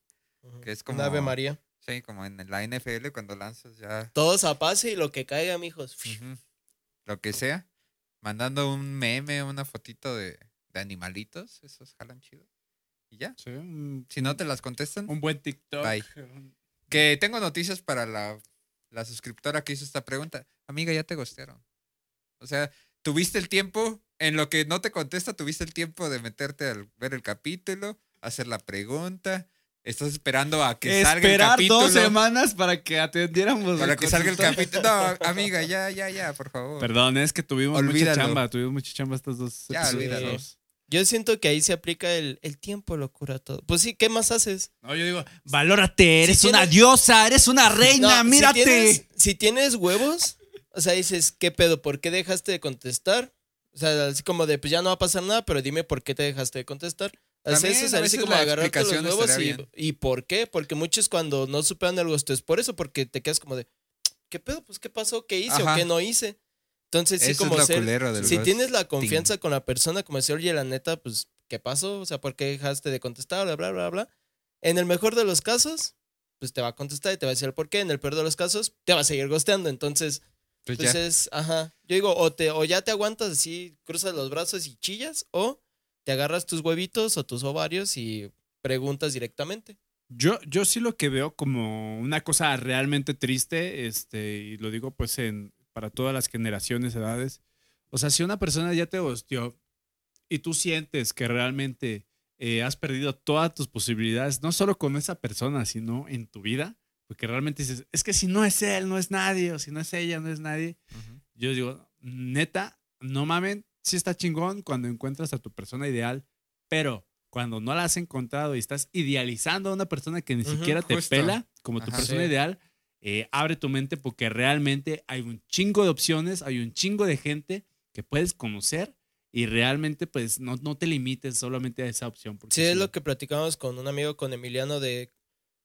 Speaker 2: Que es como-
Speaker 1: Un Ave María.
Speaker 2: Sí, como en la NFL cuando lanzas ya
Speaker 1: Todos a pase y lo que caiga, mijos.
Speaker 2: ujú, lo que sea. Mandando un meme, una fotito de, de animalitos. Esos jalan chido. Y ya.
Speaker 3: Sí, un,
Speaker 2: Si no te las contestan.
Speaker 3: un buen TikTok.
Speaker 2: Bye.
Speaker 3: un-
Speaker 2: Que tengo noticias para la, la suscriptora que hizo esta pregunta. Amiga, ya te gostearon. O sea, tuviste el tiempo, en lo que no te contesta, tuviste el tiempo de meterte al ver el capítulo, hacer la pregunta. Estás esperando a que salga el
Speaker 3: Esperar
Speaker 2: capítulo.
Speaker 3: dos semanas para que atendiéramos.
Speaker 2: Para
Speaker 3: el
Speaker 2: que salga el
Speaker 3: consultorio.
Speaker 2: capítulo. No, amiga, ya, ya, ya, por favor.
Speaker 3: Perdón, es que tuvimos
Speaker 2: Olvídalo.
Speaker 3: mucha chamba. Tuvimos mucha chamba estas dos.
Speaker 2: Ya,
Speaker 3: estos
Speaker 1: olvídalo.
Speaker 3: dos.
Speaker 1: Yo siento que ahí se aplica el, el tiempo, lo cura todo. Pues sí, ¿qué más haces?
Speaker 3: No, yo digo, valórate, eres
Speaker 1: Si
Speaker 3: una
Speaker 1: tienes-
Speaker 3: diosa, eres una reina,
Speaker 1: No,
Speaker 3: mírate.
Speaker 1: Si tienes, si tienes huevos, o sea, dices, ¿qué pedo? ¿Por qué dejaste de contestar? O sea, así como de, pues ya no va a pasar nada, pero dime por qué te dejaste de contestar. O sea,
Speaker 2: También,
Speaker 1: eso
Speaker 2: a
Speaker 1: sería así
Speaker 2: veces
Speaker 1: como
Speaker 2: la
Speaker 1: agarrarte los
Speaker 2: explicación
Speaker 1: huevos
Speaker 2: estaría
Speaker 1: y,
Speaker 2: bien.
Speaker 1: y ¿por qué? Porque muchos cuando no superan algo, esto es por eso, porque te quedas como de, ¿qué pedo? Pues, ¿qué pasó? ¿Qué hice o
Speaker 2: Ajá.
Speaker 1: qué no hice? Entonces, sí,
Speaker 2: Eso
Speaker 1: como
Speaker 2: es lo
Speaker 1: ser,
Speaker 2: culero del
Speaker 1: si
Speaker 2: ghosting.
Speaker 1: tienes la confianza con la persona, como decir, oye, la neta, pues, ¿qué pasó? O sea, ¿por qué dejaste de contestar? Bla, bla, bla, bla. En el mejor de los casos, pues te va a contestar y te va a decir el por qué. En el peor de los casos, te va a seguir gosteando. Entonces,
Speaker 2: Pues
Speaker 1: pues
Speaker 2: ya.
Speaker 1: es, ajá. Yo digo, o, te, o ya te aguantas así, cruzas los brazos y chillas, o te agarras tus huevitos o tus ovarios y preguntas directamente.
Speaker 3: Yo, yo sí lo que veo como una cosa realmente triste, este, y lo digo pues en, para todas las generaciones, edades. O sea, si una persona ya te hostió y tú sientes que realmente eh, has perdido todas tus posibilidades, no solo con esa persona, sino en tu vida, porque realmente dices, es que si no es él, no es nadie, o si no es ella, no es nadie.
Speaker 2: Ujú.
Speaker 3: Yo digo, neta, no mamen, sí está chingón cuando encuentras a tu persona ideal, pero cuando no la has encontrado y estás idealizando a una persona que ni
Speaker 1: Ujú,
Speaker 3: siquiera te
Speaker 2: justo.
Speaker 3: pela como tu
Speaker 2: Ajá.
Speaker 3: persona
Speaker 1: Sí.
Speaker 3: ideal, eh, abre tu mente porque realmente hay un chingo de opciones, hay un chingo de gente que puedes conocer y realmente pues no, no te limites solamente a esa opción. porque
Speaker 1: Sí, es
Speaker 3: si
Speaker 1: lo
Speaker 3: no-
Speaker 1: que platicamos con un amigo, con Emiliano, de...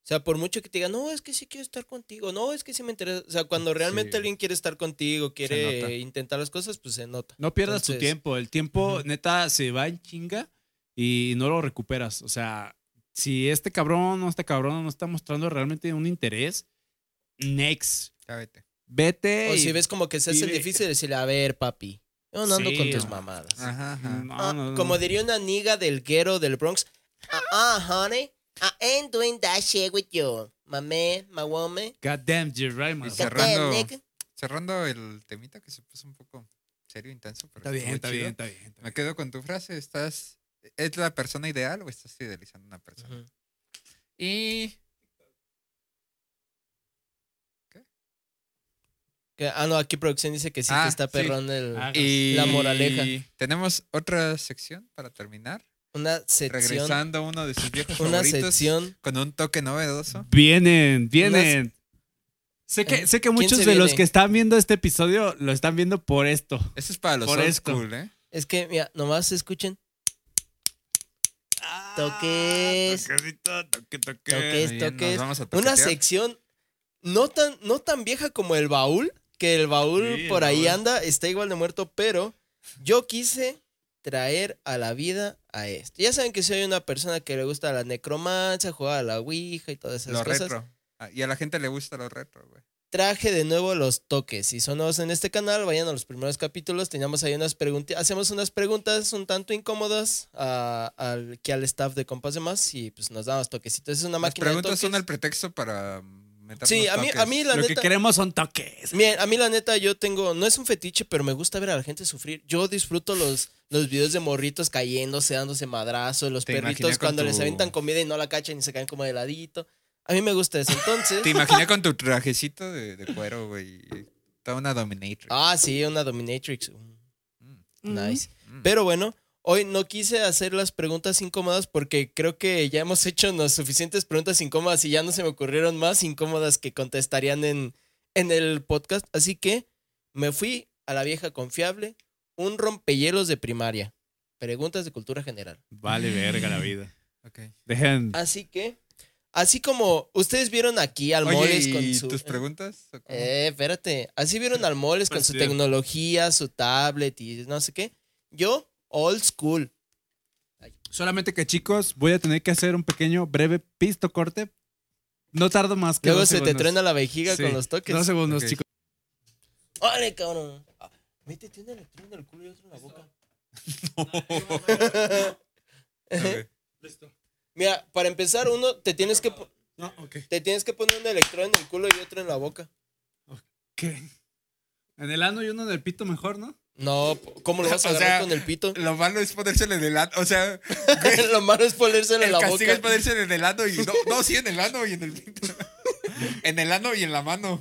Speaker 1: O sea, por mucho que te diga, no, es que sí quiero estar contigo, no, es que sí me interesa. O sea, cuando realmente
Speaker 3: Sí.
Speaker 1: alguien quiere estar contigo,
Speaker 2: nota.
Speaker 1: quiere intentar las cosas, pues se nota.
Speaker 3: No pierdas tu
Speaker 1: Entonces-
Speaker 3: tiempo. El tiempo,
Speaker 1: Ujú.
Speaker 3: neta, se va en chinga y no lo recuperas. O sea, si este cabrón o este cabrón no está mostrando realmente un interés, next.
Speaker 2: Ya vete.
Speaker 3: Vete.
Speaker 1: o
Speaker 3: y-
Speaker 1: si ves como que se hace
Speaker 3: vive-
Speaker 1: difícil decirle, a ver, papi, yo no ando
Speaker 3: Sí,
Speaker 1: con tus
Speaker 3: no.
Speaker 1: mamadas.
Speaker 2: Ajá, ajá.
Speaker 3: No,
Speaker 1: Ah,
Speaker 3: no, no.
Speaker 1: Como diría una niga del guero del Bronx, ah, ah, honey, I ain't doing that shit with you. My man, my woman,
Speaker 3: God damn you, right, man.
Speaker 2: Dice-
Speaker 1: goddamn
Speaker 2: Cerrando.
Speaker 1: nigga.
Speaker 2: Cerrando el temita que se puso un poco serio, intenso. Pero
Speaker 3: Está bien,
Speaker 2: estuvo
Speaker 3: está
Speaker 2: chido.
Speaker 3: bien, está bien. está
Speaker 2: Me
Speaker 3: bien.
Speaker 2: quedo con tu frase. ¿Estás, ¿Es la persona ideal o estás idealizando a una persona?
Speaker 1: Ujú.
Speaker 2: Y
Speaker 1: Que- Ah, no, aquí producción dice que sí,
Speaker 2: Ah,
Speaker 1: que está
Speaker 2: sí.
Speaker 1: perrón el-
Speaker 3: Ah,
Speaker 2: Y
Speaker 1: La moraleja.
Speaker 2: Tenemos otra sección para terminar.
Speaker 1: una sección.
Speaker 2: Regresando a uno de sus viejos
Speaker 1: Una
Speaker 2: favoritos
Speaker 1: sección.
Speaker 2: con un toque novedoso.
Speaker 3: Vienen, vienen. Sé
Speaker 1: ¿Eh?
Speaker 3: que, sé que
Speaker 1: ¿Quién
Speaker 3: muchos
Speaker 1: se
Speaker 3: de los
Speaker 1: viene?
Speaker 3: que están viendo este episodio lo están viendo por esto.
Speaker 2: Eso es para los
Speaker 3: Por
Speaker 2: old
Speaker 3: esto.
Speaker 2: school, ¿eh?
Speaker 1: Es que, mira, nomás escuchen. Ah, Toques.
Speaker 3: Ah, toquecito, toque, toque.
Speaker 1: Toque. Esto
Speaker 2: Muy bien,
Speaker 1: que
Speaker 2: nos
Speaker 1: es
Speaker 2: vamos a
Speaker 1: Una
Speaker 2: toquetear.
Speaker 1: sección no tan, no tan vieja como el baúl, que el baúl
Speaker 3: Sí, el
Speaker 1: por ahí
Speaker 3: baúl.
Speaker 1: anda, está igual de muerto, pero yo quise traer a la vida a esto. Ya saben que soy una persona que le gusta la necromancia, jugar a la Ouija y todas esas
Speaker 2: Lo
Speaker 1: cosas.
Speaker 2: retro. Ah, Y a la gente le gusta lo retro, güey.
Speaker 1: Traje de nuevo los toques. Si son nuevos en este canal, vayan a los primeros capítulos. Teníamos ahí unas preguntas. Hacemos unas preguntas un tanto incómodas a- al, que al staff de Compas de Más y pues nos damos toquecitos. Es una
Speaker 2: Las
Speaker 1: máquina
Speaker 2: preguntas
Speaker 1: de
Speaker 2: son
Speaker 1: toques.
Speaker 2: el pretexto para meter
Speaker 1: Sí, a mí, a mí la
Speaker 3: Lo que
Speaker 1: neta.
Speaker 3: queremos son toques.
Speaker 1: Miren, a mí la neta yo tengo, no es un fetiche, pero me gusta ver a la gente sufrir. Yo disfruto los, los videos de morritos cayéndose, dándose madrazos, los
Speaker 2: Te imaginé
Speaker 1: perritos
Speaker 2: con
Speaker 1: cuando les
Speaker 2: tu-
Speaker 1: aventan comida y no la cachan y se caen como de ladito. A mí me gusta eso. Entonces,
Speaker 2: Te imaginé con tu trajecito de, de cuero, güey. y Toda una dominatrix.
Speaker 1: ah, sí, una dominatrix.
Speaker 2: Mm,
Speaker 1: Nice.
Speaker 2: mm.
Speaker 1: Pero bueno, hoy no quise hacer las preguntas incómodas porque creo que ya hemos hecho las suficientes preguntas incómodas y ya no se me ocurrieron más incómodas que contestarían en, en el podcast. Así que me fui a la vieja confiable, un rompehielos de primaria. Preguntas de cultura general.
Speaker 3: Vale verga la vida.
Speaker 2: Ok.
Speaker 3: Dejen.
Speaker 1: Así que, así como ustedes vieron aquí al
Speaker 2: Oye,
Speaker 1: Moles con
Speaker 2: ¿y
Speaker 1: su...
Speaker 2: tus preguntas? ¿O cómo?
Speaker 1: Eh, espérate. Así vieron al Moles con
Speaker 3: Pues
Speaker 1: su
Speaker 3: sí.
Speaker 1: tecnología, su tablet y no sé qué. Yo, old school.
Speaker 3: Solamente que chicos, voy a tener que hacer un pequeño breve pisto corte. No tardo más que
Speaker 1: Luego
Speaker 3: dos
Speaker 1: se te
Speaker 3: segundos.
Speaker 1: truena la vejiga
Speaker 3: Sí,
Speaker 1: con los toques.
Speaker 3: Dos segundos,
Speaker 2: Ok.
Speaker 3: chicos.
Speaker 1: ¡Órale, cabrón! Ah, Métete un electrón en el culo y otro en la boca.
Speaker 2: Ok.
Speaker 1: Mira, para empezar, uno te tienes que po-
Speaker 3: No, ok.
Speaker 1: te tienes que poner un electrón en el culo y otro en la boca.
Speaker 3: ¿Qué? En el ano y uno en el pito mejor, ¿no?
Speaker 1: No, po- ¿cómo lo vas a
Speaker 2: O
Speaker 1: agarrar
Speaker 2: sea,
Speaker 1: con el pito?
Speaker 2: Lo malo es ponérselo en el ano. O sea,
Speaker 1: lo malo es ponérselo en
Speaker 2: el
Speaker 1: la
Speaker 2: castigo es
Speaker 1: boca.
Speaker 2: ponérselo en el ano y no, no, sí, en el ano y en el pito. En el ano y en la mano.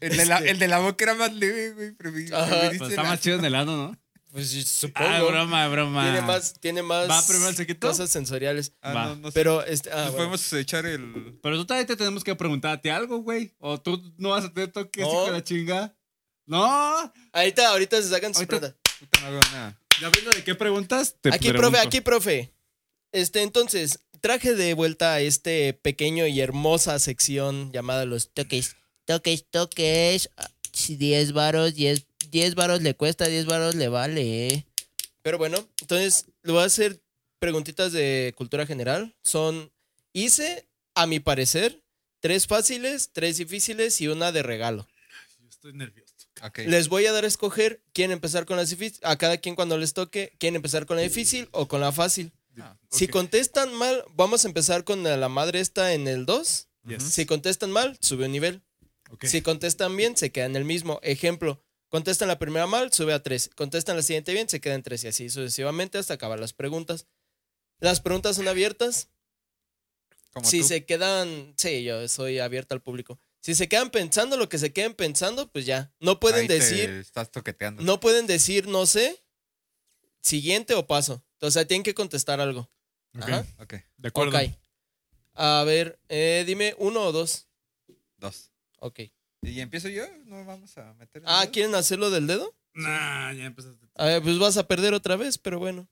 Speaker 2: El de la, el de la boca era más leve, güey. preferí-
Speaker 1: Este Ajá.
Speaker 2: preferiste
Speaker 3: Pues está
Speaker 2: el
Speaker 3: más chido en el ano, ¿no?
Speaker 1: Pues sí, supongo.
Speaker 3: Ah, broma, broma.
Speaker 1: Tiene más, tiene más
Speaker 3: ¿Va primero el sequito?
Speaker 1: cosas sensoriales.
Speaker 2: Ah,
Speaker 3: Va.
Speaker 2: no, no sé.
Speaker 1: Pero este, ah,
Speaker 2: Nos
Speaker 1: bueno.
Speaker 2: podemos echar el.
Speaker 3: Pero tú todavía te tenemos que preguntarte algo, güey. O tú no vas a tener toques
Speaker 1: No.
Speaker 3: hijo de la chinga. No.
Speaker 1: ahorita, ahorita se sacan sus
Speaker 3: Ahorita-
Speaker 1: preguntas.
Speaker 2: Puta, no hago nada.
Speaker 3: Ya viendo de qué preguntas, te
Speaker 1: Aquí,
Speaker 3: pregunto.
Speaker 1: profe, aquí, profe. Este, entonces, traje de vuelta a este pequeño y hermosa sección llamada los toques.
Speaker 4: toques, toques. Ah, 10 varos, 10, 10 varos le cuesta, 10 varos le vale. eh.
Speaker 1: Pero bueno, entonces le voy a hacer preguntitas de cultura general. Son, hice, a mi parecer, tres fáciles, tres difíciles y una de regalo.
Speaker 3: Yo estoy nervioso.
Speaker 2: Ok.
Speaker 1: Les voy a dar a escoger quién empezar con la difícil, a cada quien cuando les toque, quién empezar con la difícil o con la fácil.
Speaker 2: Ah,
Speaker 1: Si contestan mal, vamos a empezar con la madre esta en el 2.
Speaker 3: Yes.
Speaker 1: Si contestan mal, sube un nivel.
Speaker 3: Ok.
Speaker 1: Si contestan bien, se queda en el mismo. Ejemplo, contestan la primera mal, sube a 3. Contestan la siguiente bien, se queda en 3 y así sucesivamente hasta acabar las preguntas. Las preguntas son abiertas.
Speaker 2: como
Speaker 1: Si
Speaker 2: tú.
Speaker 1: se quedan, sí, yo soy abierta al público. Si se quedan pensando lo que se queden pensando, pues ya. No pueden
Speaker 2: Ahí te
Speaker 1: decir,
Speaker 2: estás toqueteando.
Speaker 1: no pueden decir no sé, siguiente o paso. Entonces tienen que contestar algo.
Speaker 3: Ok,
Speaker 1: Ajá.
Speaker 2: Ok,
Speaker 3: De acuerdo.
Speaker 1: Ok. A ver, eh, dime uno o dos.
Speaker 2: dos.
Speaker 1: Ok.
Speaker 2: ¿Y empiezo yo? ¿No vamos a meter? el
Speaker 1: Ah,
Speaker 2: dedo?
Speaker 1: ¿quieren hacerlo del dedo?
Speaker 3: Nah, ya empezaste.
Speaker 1: A ver, pues vas a perder otra vez, pero bueno.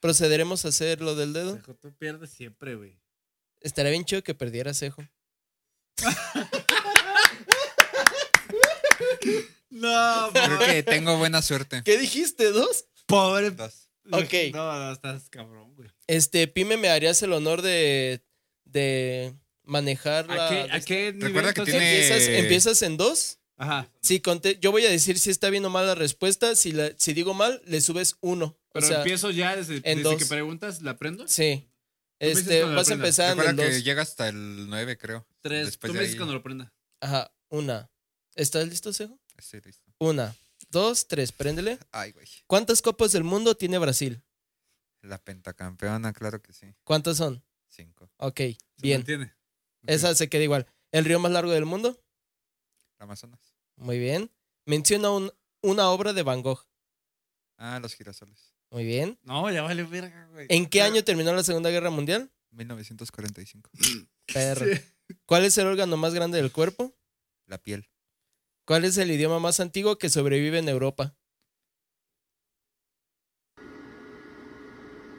Speaker 1: Procederemos a hacer lo del dedo.
Speaker 3: Sejo, tú pierdes siempre, güey.
Speaker 1: Estaría bien chido que perdiera Sejo.
Speaker 3: No,
Speaker 2: Creo que tengo buena suerte.
Speaker 1: ¿Qué dijiste, dos?
Speaker 3: pobre.
Speaker 2: Dos.
Speaker 1: Ok.
Speaker 3: No, no, estás cabrón, güey.
Speaker 1: Este, Pime, me harías el honor de, de manejar la...
Speaker 3: ¿A qué, a qué nivel
Speaker 2: Recuerda que
Speaker 3: entonces?
Speaker 2: tiene-
Speaker 1: ¿Empiezas, empiezas en dos?
Speaker 3: Ajá.
Speaker 1: Si conte- yo voy a decir si está bien o mal la respuesta. Si, la- si digo mal, le subes uno. O
Speaker 3: Pero
Speaker 1: sea,
Speaker 3: empiezo ya desde, desde
Speaker 1: dos.
Speaker 3: que preguntas, ¿la aprendo?
Speaker 1: sí.
Speaker 3: empiezas
Speaker 1: Este,
Speaker 3: con la
Speaker 1: vas a
Speaker 3: prenda.
Speaker 1: empezar en el
Speaker 2: Recuerda que
Speaker 1: dos.
Speaker 2: llega hasta el 9, creo.
Speaker 3: Tres.
Speaker 2: Después
Speaker 3: tú
Speaker 2: de
Speaker 3: me dices
Speaker 2: ahí-
Speaker 3: cuando lo prenda.
Speaker 1: Ajá, una. ¿Estás listo, Sejo?
Speaker 2: Estoy listo.
Speaker 1: Una, dos, tres, préndele.
Speaker 2: Ay, güey.
Speaker 1: ¿Cuántas copas del mundo tiene Brasil?
Speaker 2: La pentacampeona, claro que sí.
Speaker 1: ¿Cuántas son?
Speaker 2: Cinco.
Speaker 1: Ok,
Speaker 3: ¿Se
Speaker 1: bien.
Speaker 3: mantiene? Ok.
Speaker 1: Esa se queda igual. ¿El río más largo del mundo?
Speaker 2: La Amazonas.
Speaker 1: Muy bien. Menciona un- una obra de Van Gogh.
Speaker 2: Ah, los girasoles.
Speaker 1: Muy bien.
Speaker 3: No, ya vale verga, güey.
Speaker 1: ¿En qué año terminó la Segunda Guerra Mundial?
Speaker 2: 1945.
Speaker 1: Perro.
Speaker 3: Sí.
Speaker 1: ¿Cuál es el órgano más grande del cuerpo?
Speaker 2: La piel.
Speaker 1: ¿Cuál es el idioma más antiguo que sobrevive en Europa?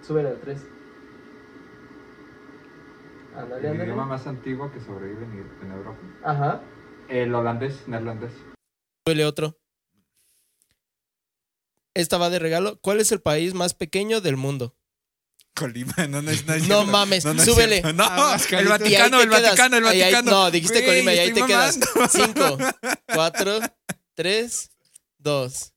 Speaker 1: Sube al 3.
Speaker 2: más antiguo que sobrevive en Europa.
Speaker 1: Ajá.
Speaker 2: El holandés, neerlandés.
Speaker 1: Súbele otro. Esta va de regalo. ¿Cuál es el país más pequeño del mundo?
Speaker 2: Colima, no, no es no es
Speaker 1: No
Speaker 2: cierto.
Speaker 1: mames,
Speaker 2: es
Speaker 1: súbele.
Speaker 2: cierto. No, el
Speaker 3: Aguascalientes.
Speaker 1: Y ahí
Speaker 2: Vaticano,
Speaker 1: te
Speaker 2: el
Speaker 1: quedas.
Speaker 2: Vaticano, el
Speaker 1: Ahí, ahí,
Speaker 2: Vaticano.
Speaker 1: no, dijiste
Speaker 2: Güey,
Speaker 1: Colima y ahí
Speaker 2: estoy
Speaker 1: te quedas.
Speaker 2: mamando.
Speaker 1: 5, 4, 3, 2,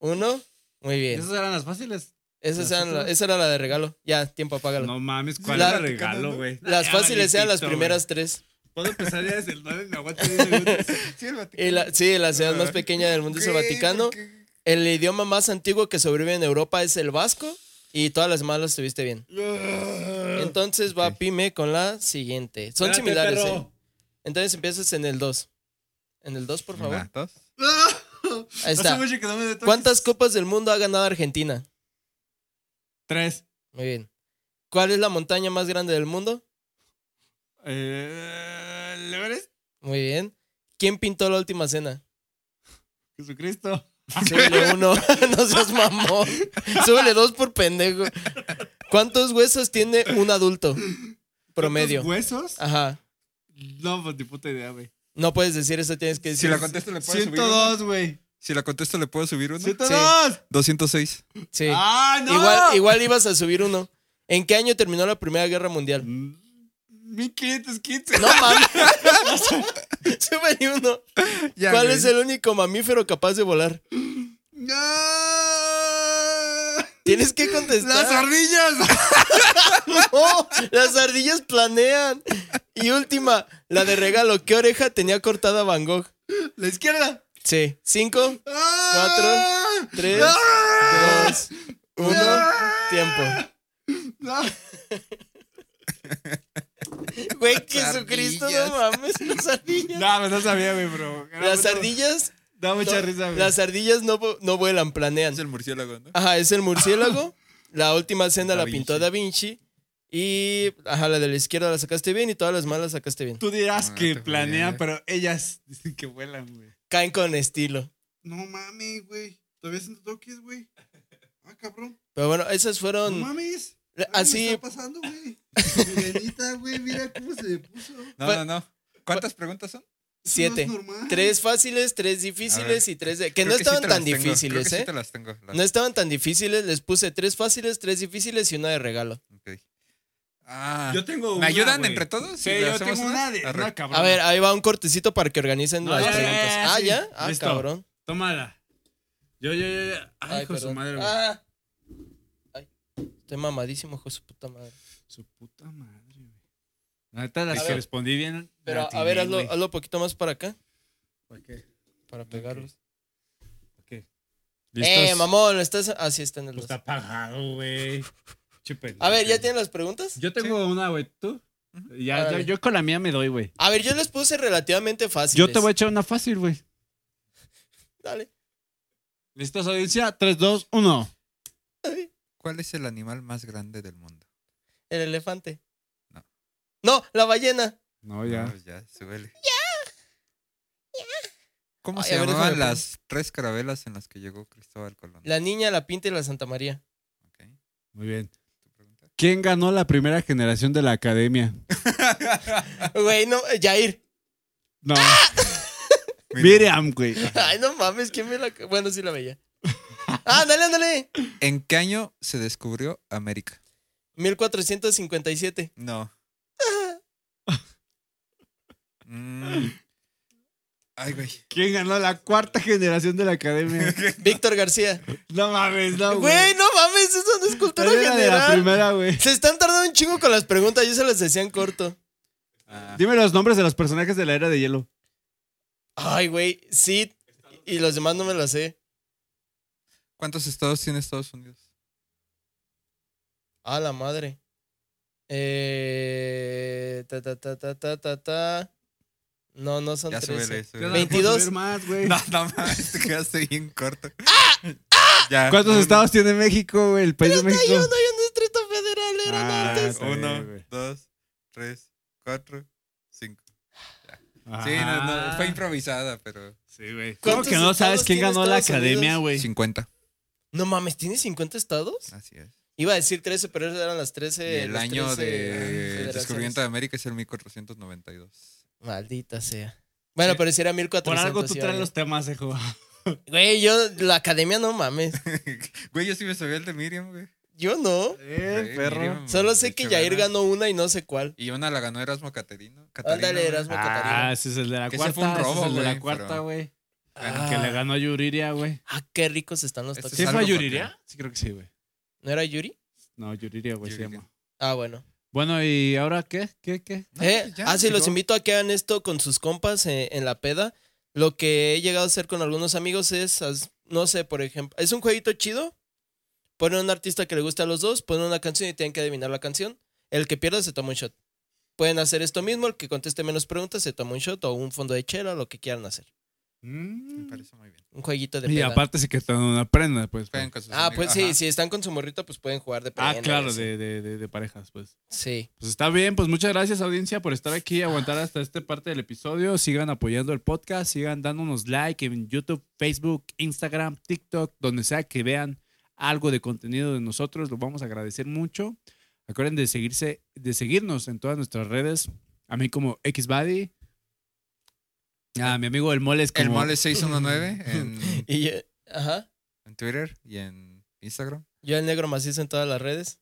Speaker 1: 1. Muy bien.
Speaker 3: Esas eran las fáciles.
Speaker 1: Esas
Speaker 3: las
Speaker 1: eran la-
Speaker 3: otras-
Speaker 1: Esa era la de regalo. Ya, tiempo, apágalo.
Speaker 3: No mames, ¿cuál
Speaker 1: La-
Speaker 3: era el regalo, güey?
Speaker 1: las
Speaker 3: Ya,
Speaker 1: fáciles eran las
Speaker 3: maldito,
Speaker 1: primeras tres.
Speaker 3: güey. Puedo empezar ya desde el 9 y me aguanto 10 minutos.
Speaker 2: Sí, el Vaticano.
Speaker 1: Y la- sí, la ciudad
Speaker 3: Ah.
Speaker 1: más pequeña del mundo es el
Speaker 2: Güey,
Speaker 1: Vaticano.
Speaker 2: porque-
Speaker 1: El idioma más antiguo que sobrevive en Europa es el vasco. Y todas las malas tuviste bien. Entonces va
Speaker 2: Ok.
Speaker 1: Pime con la siguiente. Son
Speaker 3: Ah, Espérate,
Speaker 1: similares,
Speaker 3: perro.
Speaker 1: ¿eh? Entonces empiezas en el 2. En el 2, por favor.
Speaker 2: Una, dos.
Speaker 1: Ahí
Speaker 3: Ah, Hace
Speaker 1: está.
Speaker 3: mucho que no me toques.
Speaker 1: ¿Cuántas copas del mundo ha ganado Argentina?
Speaker 3: Tres.
Speaker 1: Muy bien. ¿Cuál es la montaña más grande del mundo?
Speaker 3: Eh, ¿Le veres?
Speaker 1: Muy bien. ¿Quién pintó la última cena?
Speaker 3: Jesucristo.
Speaker 2: Ah,
Speaker 1: Súbele uno. no seas mamón. Súbele dos por pendejo. ¿Cuántos huesos tiene un adulto? Promedio.
Speaker 3: ¿Los huesos? Ah,
Speaker 1: Ajá.
Speaker 3: No, pues ni puta idea, güey.
Speaker 1: No puedes decir eso, tienes que
Speaker 2: Si
Speaker 1: decir.
Speaker 2: la contesto, le puedo subir uno.
Speaker 3: 102, güey.
Speaker 2: Si la contesto, le puedo subir uno.
Speaker 3: ¡102!
Speaker 2: 206.
Speaker 1: Sí.
Speaker 3: ¡Ah, no!
Speaker 1: Igual, igual ibas a subir uno. ¿En qué año terminó la Primera Guerra Mundial?
Speaker 3: 1515.
Speaker 1: No mames. Súbele uno.
Speaker 2: Ya,
Speaker 1: ¿Cuál
Speaker 2: güey.
Speaker 1: es el único mamífero capaz de volar?
Speaker 3: ¡No!
Speaker 1: Tienes que contestar.
Speaker 3: ¡Las ardillas!
Speaker 1: No, las ardillas planean. Y última, la de regalo. ¿Qué oreja tenía cortada Van Gogh?
Speaker 3: ¡La izquierda!
Speaker 1: Sí. Cinco,
Speaker 3: ¡Ah!
Speaker 1: tres,
Speaker 3: ¡Ah!
Speaker 1: dos, uno.
Speaker 3: ¡Ah!
Speaker 1: Tiempo.
Speaker 3: ¡No!
Speaker 1: Güey, Jesucristo, no mames. Las ardillas.
Speaker 3: No, pues no sabía, güey, bro. Era
Speaker 1: Las
Speaker 3: mucho-
Speaker 1: ardillas.
Speaker 3: Da mucha
Speaker 1: no,
Speaker 3: risa, güey.
Speaker 1: Las ardillas no, vo- no vuelan, planean.
Speaker 2: Es el murciélago, ¿no?
Speaker 1: Ajá, es el murciélago. La última cena
Speaker 2: Da
Speaker 1: la pintó Da Vinci. Y, ajá, la de la izquierda la sacaste bien y todas las malas sacaste bien.
Speaker 3: Tú dirás
Speaker 2: Ah,
Speaker 3: que
Speaker 2: te
Speaker 3: planean,
Speaker 2: jodí,
Speaker 3: pero ellas dicen que vuelan, güey.
Speaker 1: Caen con estilo.
Speaker 3: No mames, güey. Todavía siento toques, güey.
Speaker 5: Ah, cabrón.
Speaker 1: Pero bueno, esas
Speaker 5: No
Speaker 1: fueron.
Speaker 5: mames. Algo me
Speaker 1: Así,
Speaker 5: está pasando, güey? Sirenita, güey, mira cómo se puso. No
Speaker 2: No,
Speaker 1: Fue-
Speaker 2: no, no. ¿Cuántas preguntas son?
Speaker 5: es
Speaker 1: siete.
Speaker 5: normal.
Speaker 1: Tres fáciles, tres difíciles y tres de. Que
Speaker 2: Creo
Speaker 1: no
Speaker 2: sí
Speaker 1: estaban
Speaker 2: te las
Speaker 1: tan
Speaker 2: tengo,
Speaker 1: difíciles,
Speaker 2: creo que
Speaker 1: ¿eh?
Speaker 2: Sí te las tengo. las-
Speaker 1: No estaban tan difíciles, les puse tres fáciles, tres difíciles y una de regalo.
Speaker 2: ok. Ah,
Speaker 3: Yo tengo
Speaker 2: ¿Me
Speaker 3: una,
Speaker 2: ayudan
Speaker 3: güey.
Speaker 2: entre todos?
Speaker 3: Sí,
Speaker 2: ¿Le
Speaker 3: yo
Speaker 2: hacemos
Speaker 3: tengo una de.
Speaker 2: Arre.
Speaker 3: No, cabrón.
Speaker 1: A ver, ahí va un cortecito para que organicen
Speaker 3: No,
Speaker 1: las
Speaker 3: ya, ya,
Speaker 1: preguntas.
Speaker 3: ya,
Speaker 1: ah,
Speaker 3: sí.
Speaker 1: ya. Ah,
Speaker 3: Listo.
Speaker 1: cabrón.
Speaker 3: Tómala. Yo, yo, yo. yo. Ay, hijo de su
Speaker 1: perdón.
Speaker 3: madre, güey.
Speaker 1: Ah. Ay. Estoy mamadísimo, hijo de su puta madre.
Speaker 3: Su puta madre, güey. La neta, las
Speaker 1: A
Speaker 3: que
Speaker 1: ver.
Speaker 3: respondí bien.
Speaker 1: Pero,
Speaker 3: la
Speaker 1: a ver,
Speaker 3: atiné,
Speaker 1: hazlo,
Speaker 3: güey.
Speaker 1: hazlo poquito más para acá,
Speaker 3: ¿Para qué?
Speaker 1: para pegarlos.
Speaker 3: Ok. ¿Listos?
Speaker 1: Eh, mamón, estás. Ah, sí, está en el
Speaker 3: Pues
Speaker 1: dos.
Speaker 3: está apagado, güey. Che pendejo.
Speaker 1: A ver, ¿ya tienen las preguntas?
Speaker 3: Yo tengo una, güey. ¿Tú? Ya,
Speaker 1: Órale.
Speaker 3: yo, yo con la mía me doy, güey.
Speaker 1: A ver, yo les puse relativamente fáciles.
Speaker 3: Yo te voy a echar una fácil, güey.
Speaker 1: Dale.
Speaker 3: ¿Listos, audiencia? 3, 2, 1.
Speaker 2: ¿Cuál es el animal más grande del mundo?
Speaker 1: El elefante.
Speaker 2: No.
Speaker 1: No, la ballena.
Speaker 2: No,
Speaker 3: No, Oh,
Speaker 1: Ah.
Speaker 3: ya.
Speaker 2: Ah, ya, súbele. ¿Cómo
Speaker 1: Ay,
Speaker 2: se
Speaker 1: a ver,
Speaker 2: llamaban
Speaker 1: déjame
Speaker 2: las tres carabelas en las que llegó Cristóbal Colón?
Speaker 1: La niña, la pinta y la Santa María.
Speaker 2: Ok,
Speaker 3: Muy bien.
Speaker 2: tu pregunta.
Speaker 3: ¿Quién ganó la primera generación de la academia?
Speaker 1: Güey, no, eh, Jair.
Speaker 3: No. Miriam, ¡Ah! güey.
Speaker 1: Ay, no mames, ¿quién me la.? Bueno, sí la veía. Ah, dale, ándale.
Speaker 2: ¿En qué año se descubrió América?
Speaker 1: 1457.
Speaker 2: No. Mm. Ay, güey.
Speaker 3: ¿Quién ganó la cuarta generación de la academia?
Speaker 1: Víctor García.
Speaker 3: No mames, no, güey.
Speaker 1: Güey, no mames, eso no es cultura
Speaker 3: Era de la
Speaker 1: general.
Speaker 3: primera, güey.
Speaker 1: Se están tardando un chingo con las preguntas, yo se las decía en corto.
Speaker 2: Ah,
Speaker 3: Dime los nombres de los personajes de la era de hielo.
Speaker 1: Ay, güey, Sid y los demás no me las sé.
Speaker 2: ¿Cuántos estados tiene Estados Unidos?
Speaker 1: A la madre. Eh, ta, ta, ta, ta, ta, ta, ta. No, no son
Speaker 2: Ya súbele,
Speaker 1: 13.
Speaker 2: súbele.
Speaker 1: 22.
Speaker 3: Más, güey.
Speaker 2: No, no mames, te quedaste bien corto.
Speaker 1: Ah,
Speaker 2: Ya,
Speaker 3: ¿Cuántos
Speaker 2: uno,
Speaker 3: estados tiene México, güey? El país de
Speaker 1: Hay uno, hay
Speaker 3: México.
Speaker 1: un distrito federal, eran
Speaker 3: Ah,
Speaker 1: antes.
Speaker 3: sí,
Speaker 2: Uno,
Speaker 3: güey.
Speaker 2: dos, tres, cuatro, cinco.
Speaker 3: Ah.
Speaker 2: Sí, no, no, fue improvisada, pero.
Speaker 3: Sí, güey. ¿Cómo
Speaker 1: ¿Cuántos
Speaker 3: que no sabes
Speaker 1: estados
Speaker 3: quién
Speaker 1: tiene
Speaker 3: ganó la
Speaker 1: Estados
Speaker 3: academia,
Speaker 1: Unidos?
Speaker 3: güey?
Speaker 2: 50.
Speaker 1: No mames, ¿tiene 50 estados?
Speaker 2: Así es.
Speaker 1: Iba a decir 13, pero eran las 13.
Speaker 2: Ah. Y el
Speaker 1: las
Speaker 2: año
Speaker 1: 13
Speaker 2: de
Speaker 1: federaciones.
Speaker 2: descubrimiento de América es el 1492.
Speaker 1: Maldita sea. Bueno, pero si era 1400.
Speaker 3: Por algo tú
Speaker 1: sí,
Speaker 3: traes
Speaker 1: vale.
Speaker 3: los temas, hijo.
Speaker 1: Güey, yo, la academia no mames.
Speaker 2: güey, yo sí me sabía el de Miriam, güey.
Speaker 1: Yo no.
Speaker 3: Eh,
Speaker 2: Güey,
Speaker 3: perro.
Speaker 2: Miriam,
Speaker 1: Solo sé que Jair
Speaker 2: Echeverra.
Speaker 1: ganó una y no sé cuál.
Speaker 2: Y una la ganó Erasmo Caterino. Catarino,
Speaker 1: Ándale,
Speaker 2: güey.
Speaker 1: Erasmo
Speaker 3: Ah,
Speaker 1: Catarino.
Speaker 3: ese es el de la
Speaker 2: Que
Speaker 3: cuarta.
Speaker 2: ese fue un
Speaker 3: ese
Speaker 2: robo,
Speaker 3: es el de la
Speaker 2: güey,
Speaker 3: cuarta,
Speaker 2: pero-
Speaker 3: güey.
Speaker 1: Ah,
Speaker 2: pues
Speaker 3: Que le ganó a Yuriria, güey.
Speaker 1: Ah, qué ricos están los
Speaker 2: Ese
Speaker 1: tacos.
Speaker 3: ¿Sí
Speaker 2: algo
Speaker 3: fue a
Speaker 2: para que-
Speaker 3: Yuriria? Sí, creo que sí, güey.
Speaker 1: ¿No era Yuri?
Speaker 3: No, Yuriria, güey, se
Speaker 2: Yuriria.
Speaker 3: llama.
Speaker 1: Ah, bueno.
Speaker 3: Bueno, ¿y ahora qué? ¿Qué, qué?
Speaker 2: No,
Speaker 1: Eh,
Speaker 2: ya,
Speaker 1: ah, sí, los
Speaker 2: llegó.
Speaker 1: invito a que hagan esto con sus compas eh, en la peda. Lo que he llegado a hacer con algunos amigos es, as- no sé, por ejemplo, es un jueguito chido. Ponen un artista que le guste a los dos, ponen una canción y tienen que adivinar la canción. El que pierda se toma un shot. Pueden hacer esto mismo, el que conteste menos preguntas se toma un shot o un fondo de chela, lo que quieran hacer.
Speaker 2: Me
Speaker 3: Mm.
Speaker 2: parece muy bien.
Speaker 1: Un jueguito de
Speaker 3: Y
Speaker 1: peda.
Speaker 3: aparte se quitó una prenda, pues. güey.
Speaker 2: Jueguen con sus
Speaker 1: ah,
Speaker 2: amigos.
Speaker 1: pues
Speaker 2: Ajá.
Speaker 1: sí, si están con su morrita, pues pueden jugar de
Speaker 3: Ah,
Speaker 1: prenda y
Speaker 3: claro,
Speaker 1: así.
Speaker 3: de, de, de, de parejas, pues.
Speaker 1: Sí.
Speaker 3: Pues está bien, pues muchas gracias audiencia por estar aquí, aguantar hasta esta parte del episodio. Sigan apoyando el podcast, sigan dándonos like en YouTube, Facebook, Instagram, TikTok, donde sea que vean algo de contenido de nosotros, lo vamos a agradecer mucho. Acuerden de seguirse, de seguirnos en todas nuestras redes, a mí como Xbody, a mi amigo el Moles como
Speaker 2: El mole 619 en,
Speaker 1: Y yo, ajá.
Speaker 2: en Twitter y en Instagram.
Speaker 1: Yo el negro macizo en todas las redes.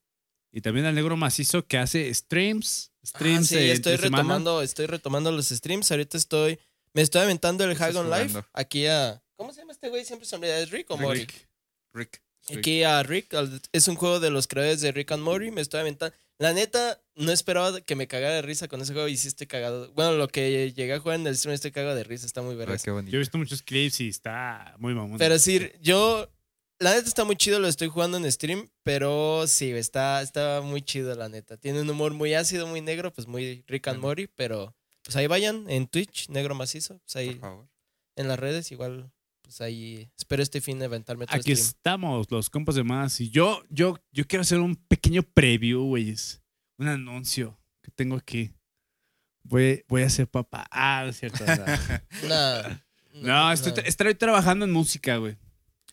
Speaker 3: y también al Negro Macizo que hace streams,
Speaker 1: Ah,
Speaker 3: streams
Speaker 1: sí,
Speaker 3: eh,
Speaker 1: estoy
Speaker 3: entre semana.
Speaker 1: retomando, estoy retomando los streams. Ahorita estoy, me estoy aventando el
Speaker 2: Estás
Speaker 1: Hag on Life
Speaker 2: jugando.
Speaker 1: aquí a, ¿cómo se llama este güey? Siempre se me olvida, ¿es Rick o Morty?
Speaker 2: Rick. Rick.
Speaker 1: Aquí a Rick, al- es un juego de los creadores de Rick and Morty. Me estoy aventando. La neta, no esperaba que me cagara de risa con ese juego y sí estoy cagado. Bueno, lo que llegué a jugar en el stream estoy cagado de risa, está muy
Speaker 2: Ah,
Speaker 1: verga.
Speaker 2: qué bonito.
Speaker 3: Yo he visto muchos clips y está muy mamón.
Speaker 1: Pero sí, yo, la neta está muy chido, lo estoy jugando en stream, pero sí, está, está muy chido, la neta. Tiene un humor muy ácido, muy negro, pues muy Rick and
Speaker 2: Ujú.
Speaker 1: Morty, pero pues ahí vayan en Twitch, Negro Macizo, pues
Speaker 2: Por
Speaker 1: ahí
Speaker 2: favor.
Speaker 1: en las redes, igual, pues ahí espero este fin de aventarme otro
Speaker 3: Aquí
Speaker 1: stream.
Speaker 3: estamos, los compas de más. Y yo, yo, yo quiero hacer un pequeño preview, güeyes. Un anuncio que tengo aquí. Voy, voy a ser papá. Ah, no es cierto. no.
Speaker 1: Nah,
Speaker 3: No, estoy, tra- estoy trabajando en música, güey.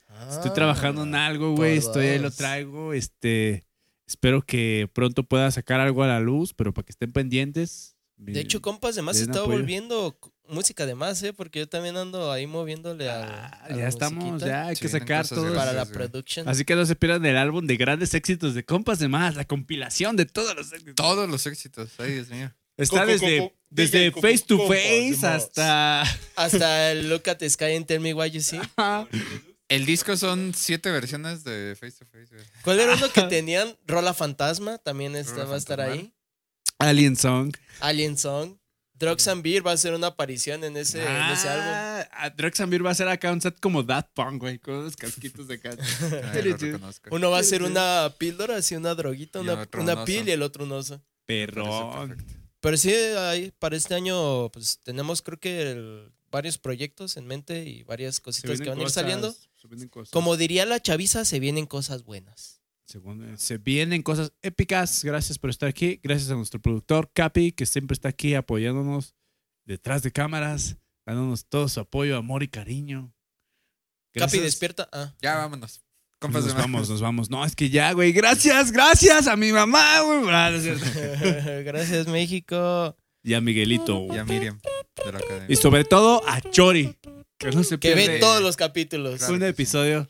Speaker 1: Ah,
Speaker 3: Estoy trabajando en algo, güey.
Speaker 4: por
Speaker 3: Estoy ahí, lo
Speaker 4: dos.
Speaker 3: traigo. Este, espero que pronto pueda sacar algo a la luz, pero para que estén pendientes.
Speaker 1: De hecho, compas de más
Speaker 3: Bien
Speaker 1: estaba
Speaker 3: apoyo.
Speaker 1: volviendo c- música de más, ¿eh? Porque yo también ando ahí moviéndole al- a,
Speaker 3: Ah,
Speaker 1: la
Speaker 3: ya estamos,
Speaker 1: musiquita
Speaker 3: ya hay que
Speaker 2: Sí, vienen
Speaker 3: sacar
Speaker 2: cosas
Speaker 3: todo.
Speaker 1: Para la
Speaker 2: Gracias, güey.
Speaker 1: production.
Speaker 3: Así que no se pierdan el álbum de grandes éxitos de compas de más, la compilación de todos los éxitos.
Speaker 2: Todos los éxitos. Ay, Dios mío.
Speaker 3: Está
Speaker 1: Coco,
Speaker 3: desde,
Speaker 1: Coco,
Speaker 3: desde
Speaker 1: DJ Coco,
Speaker 3: face to
Speaker 1: Compas de
Speaker 3: face
Speaker 1: Más.
Speaker 3: hasta.
Speaker 1: Hasta el Look at the Sky and Tell Me Why You See.
Speaker 2: El disco son siete versiones de Face to Face. güey.
Speaker 1: ¿Cuál era uno que tenían? Rola Fantasma, también está-
Speaker 2: Rola
Speaker 1: va a estar
Speaker 2: Fantasmal.
Speaker 1: ahí.
Speaker 3: Alien Song.
Speaker 1: Alien Song. Drugs and Beer va a ser una aparición en ese, en ese álbum.
Speaker 3: Ah, a Drugs and Beer va a ser acá un set como That Punk, güey, con unos casquitos de acá.
Speaker 2: Ay, lo reconozco.
Speaker 1: Uno va a ser una píldora, así una droguita,
Speaker 2: Y
Speaker 1: una,
Speaker 2: otro
Speaker 1: una
Speaker 2: un oso.
Speaker 1: pil y el otro un oso.
Speaker 2: Parece
Speaker 3: Perrón.
Speaker 2: perfecto.
Speaker 1: Pero sí, ahí, para este año pues tenemos creo que el- varios proyectos en mente y varias
Speaker 3: Se
Speaker 1: cositas que
Speaker 3: vienen
Speaker 1: van a ir
Speaker 3: cosas,
Speaker 1: saliendo.
Speaker 3: se vienen cosas.
Speaker 1: Como diría la chaviza, se vienen cosas buenas.
Speaker 3: Según, eh, se vienen cosas épicas. Gracias por estar aquí. Gracias a nuestro productor Capi, que siempre está aquí apoyándonos detrás de cámaras, dándonos todo su apoyo, amor y cariño.
Speaker 1: Capi,
Speaker 3: Gracias.
Speaker 1: despierta. Ah.
Speaker 2: Ya vámonos. Compas
Speaker 3: Nos
Speaker 2: de más.
Speaker 3: vamos, nos vamos. No, es que ya, güey. Gracias, gracias a mi mamá, güey. Ah, no es cierto.
Speaker 1: Gracias, México.
Speaker 3: Y a Miguelito.
Speaker 2: Y a Miriam de la academia.
Speaker 3: Y sobre todo a Chori. Que no se
Speaker 1: Que
Speaker 3: pierde
Speaker 1: ven todos los capítulos.
Speaker 2: Claro.
Speaker 3: un episodio.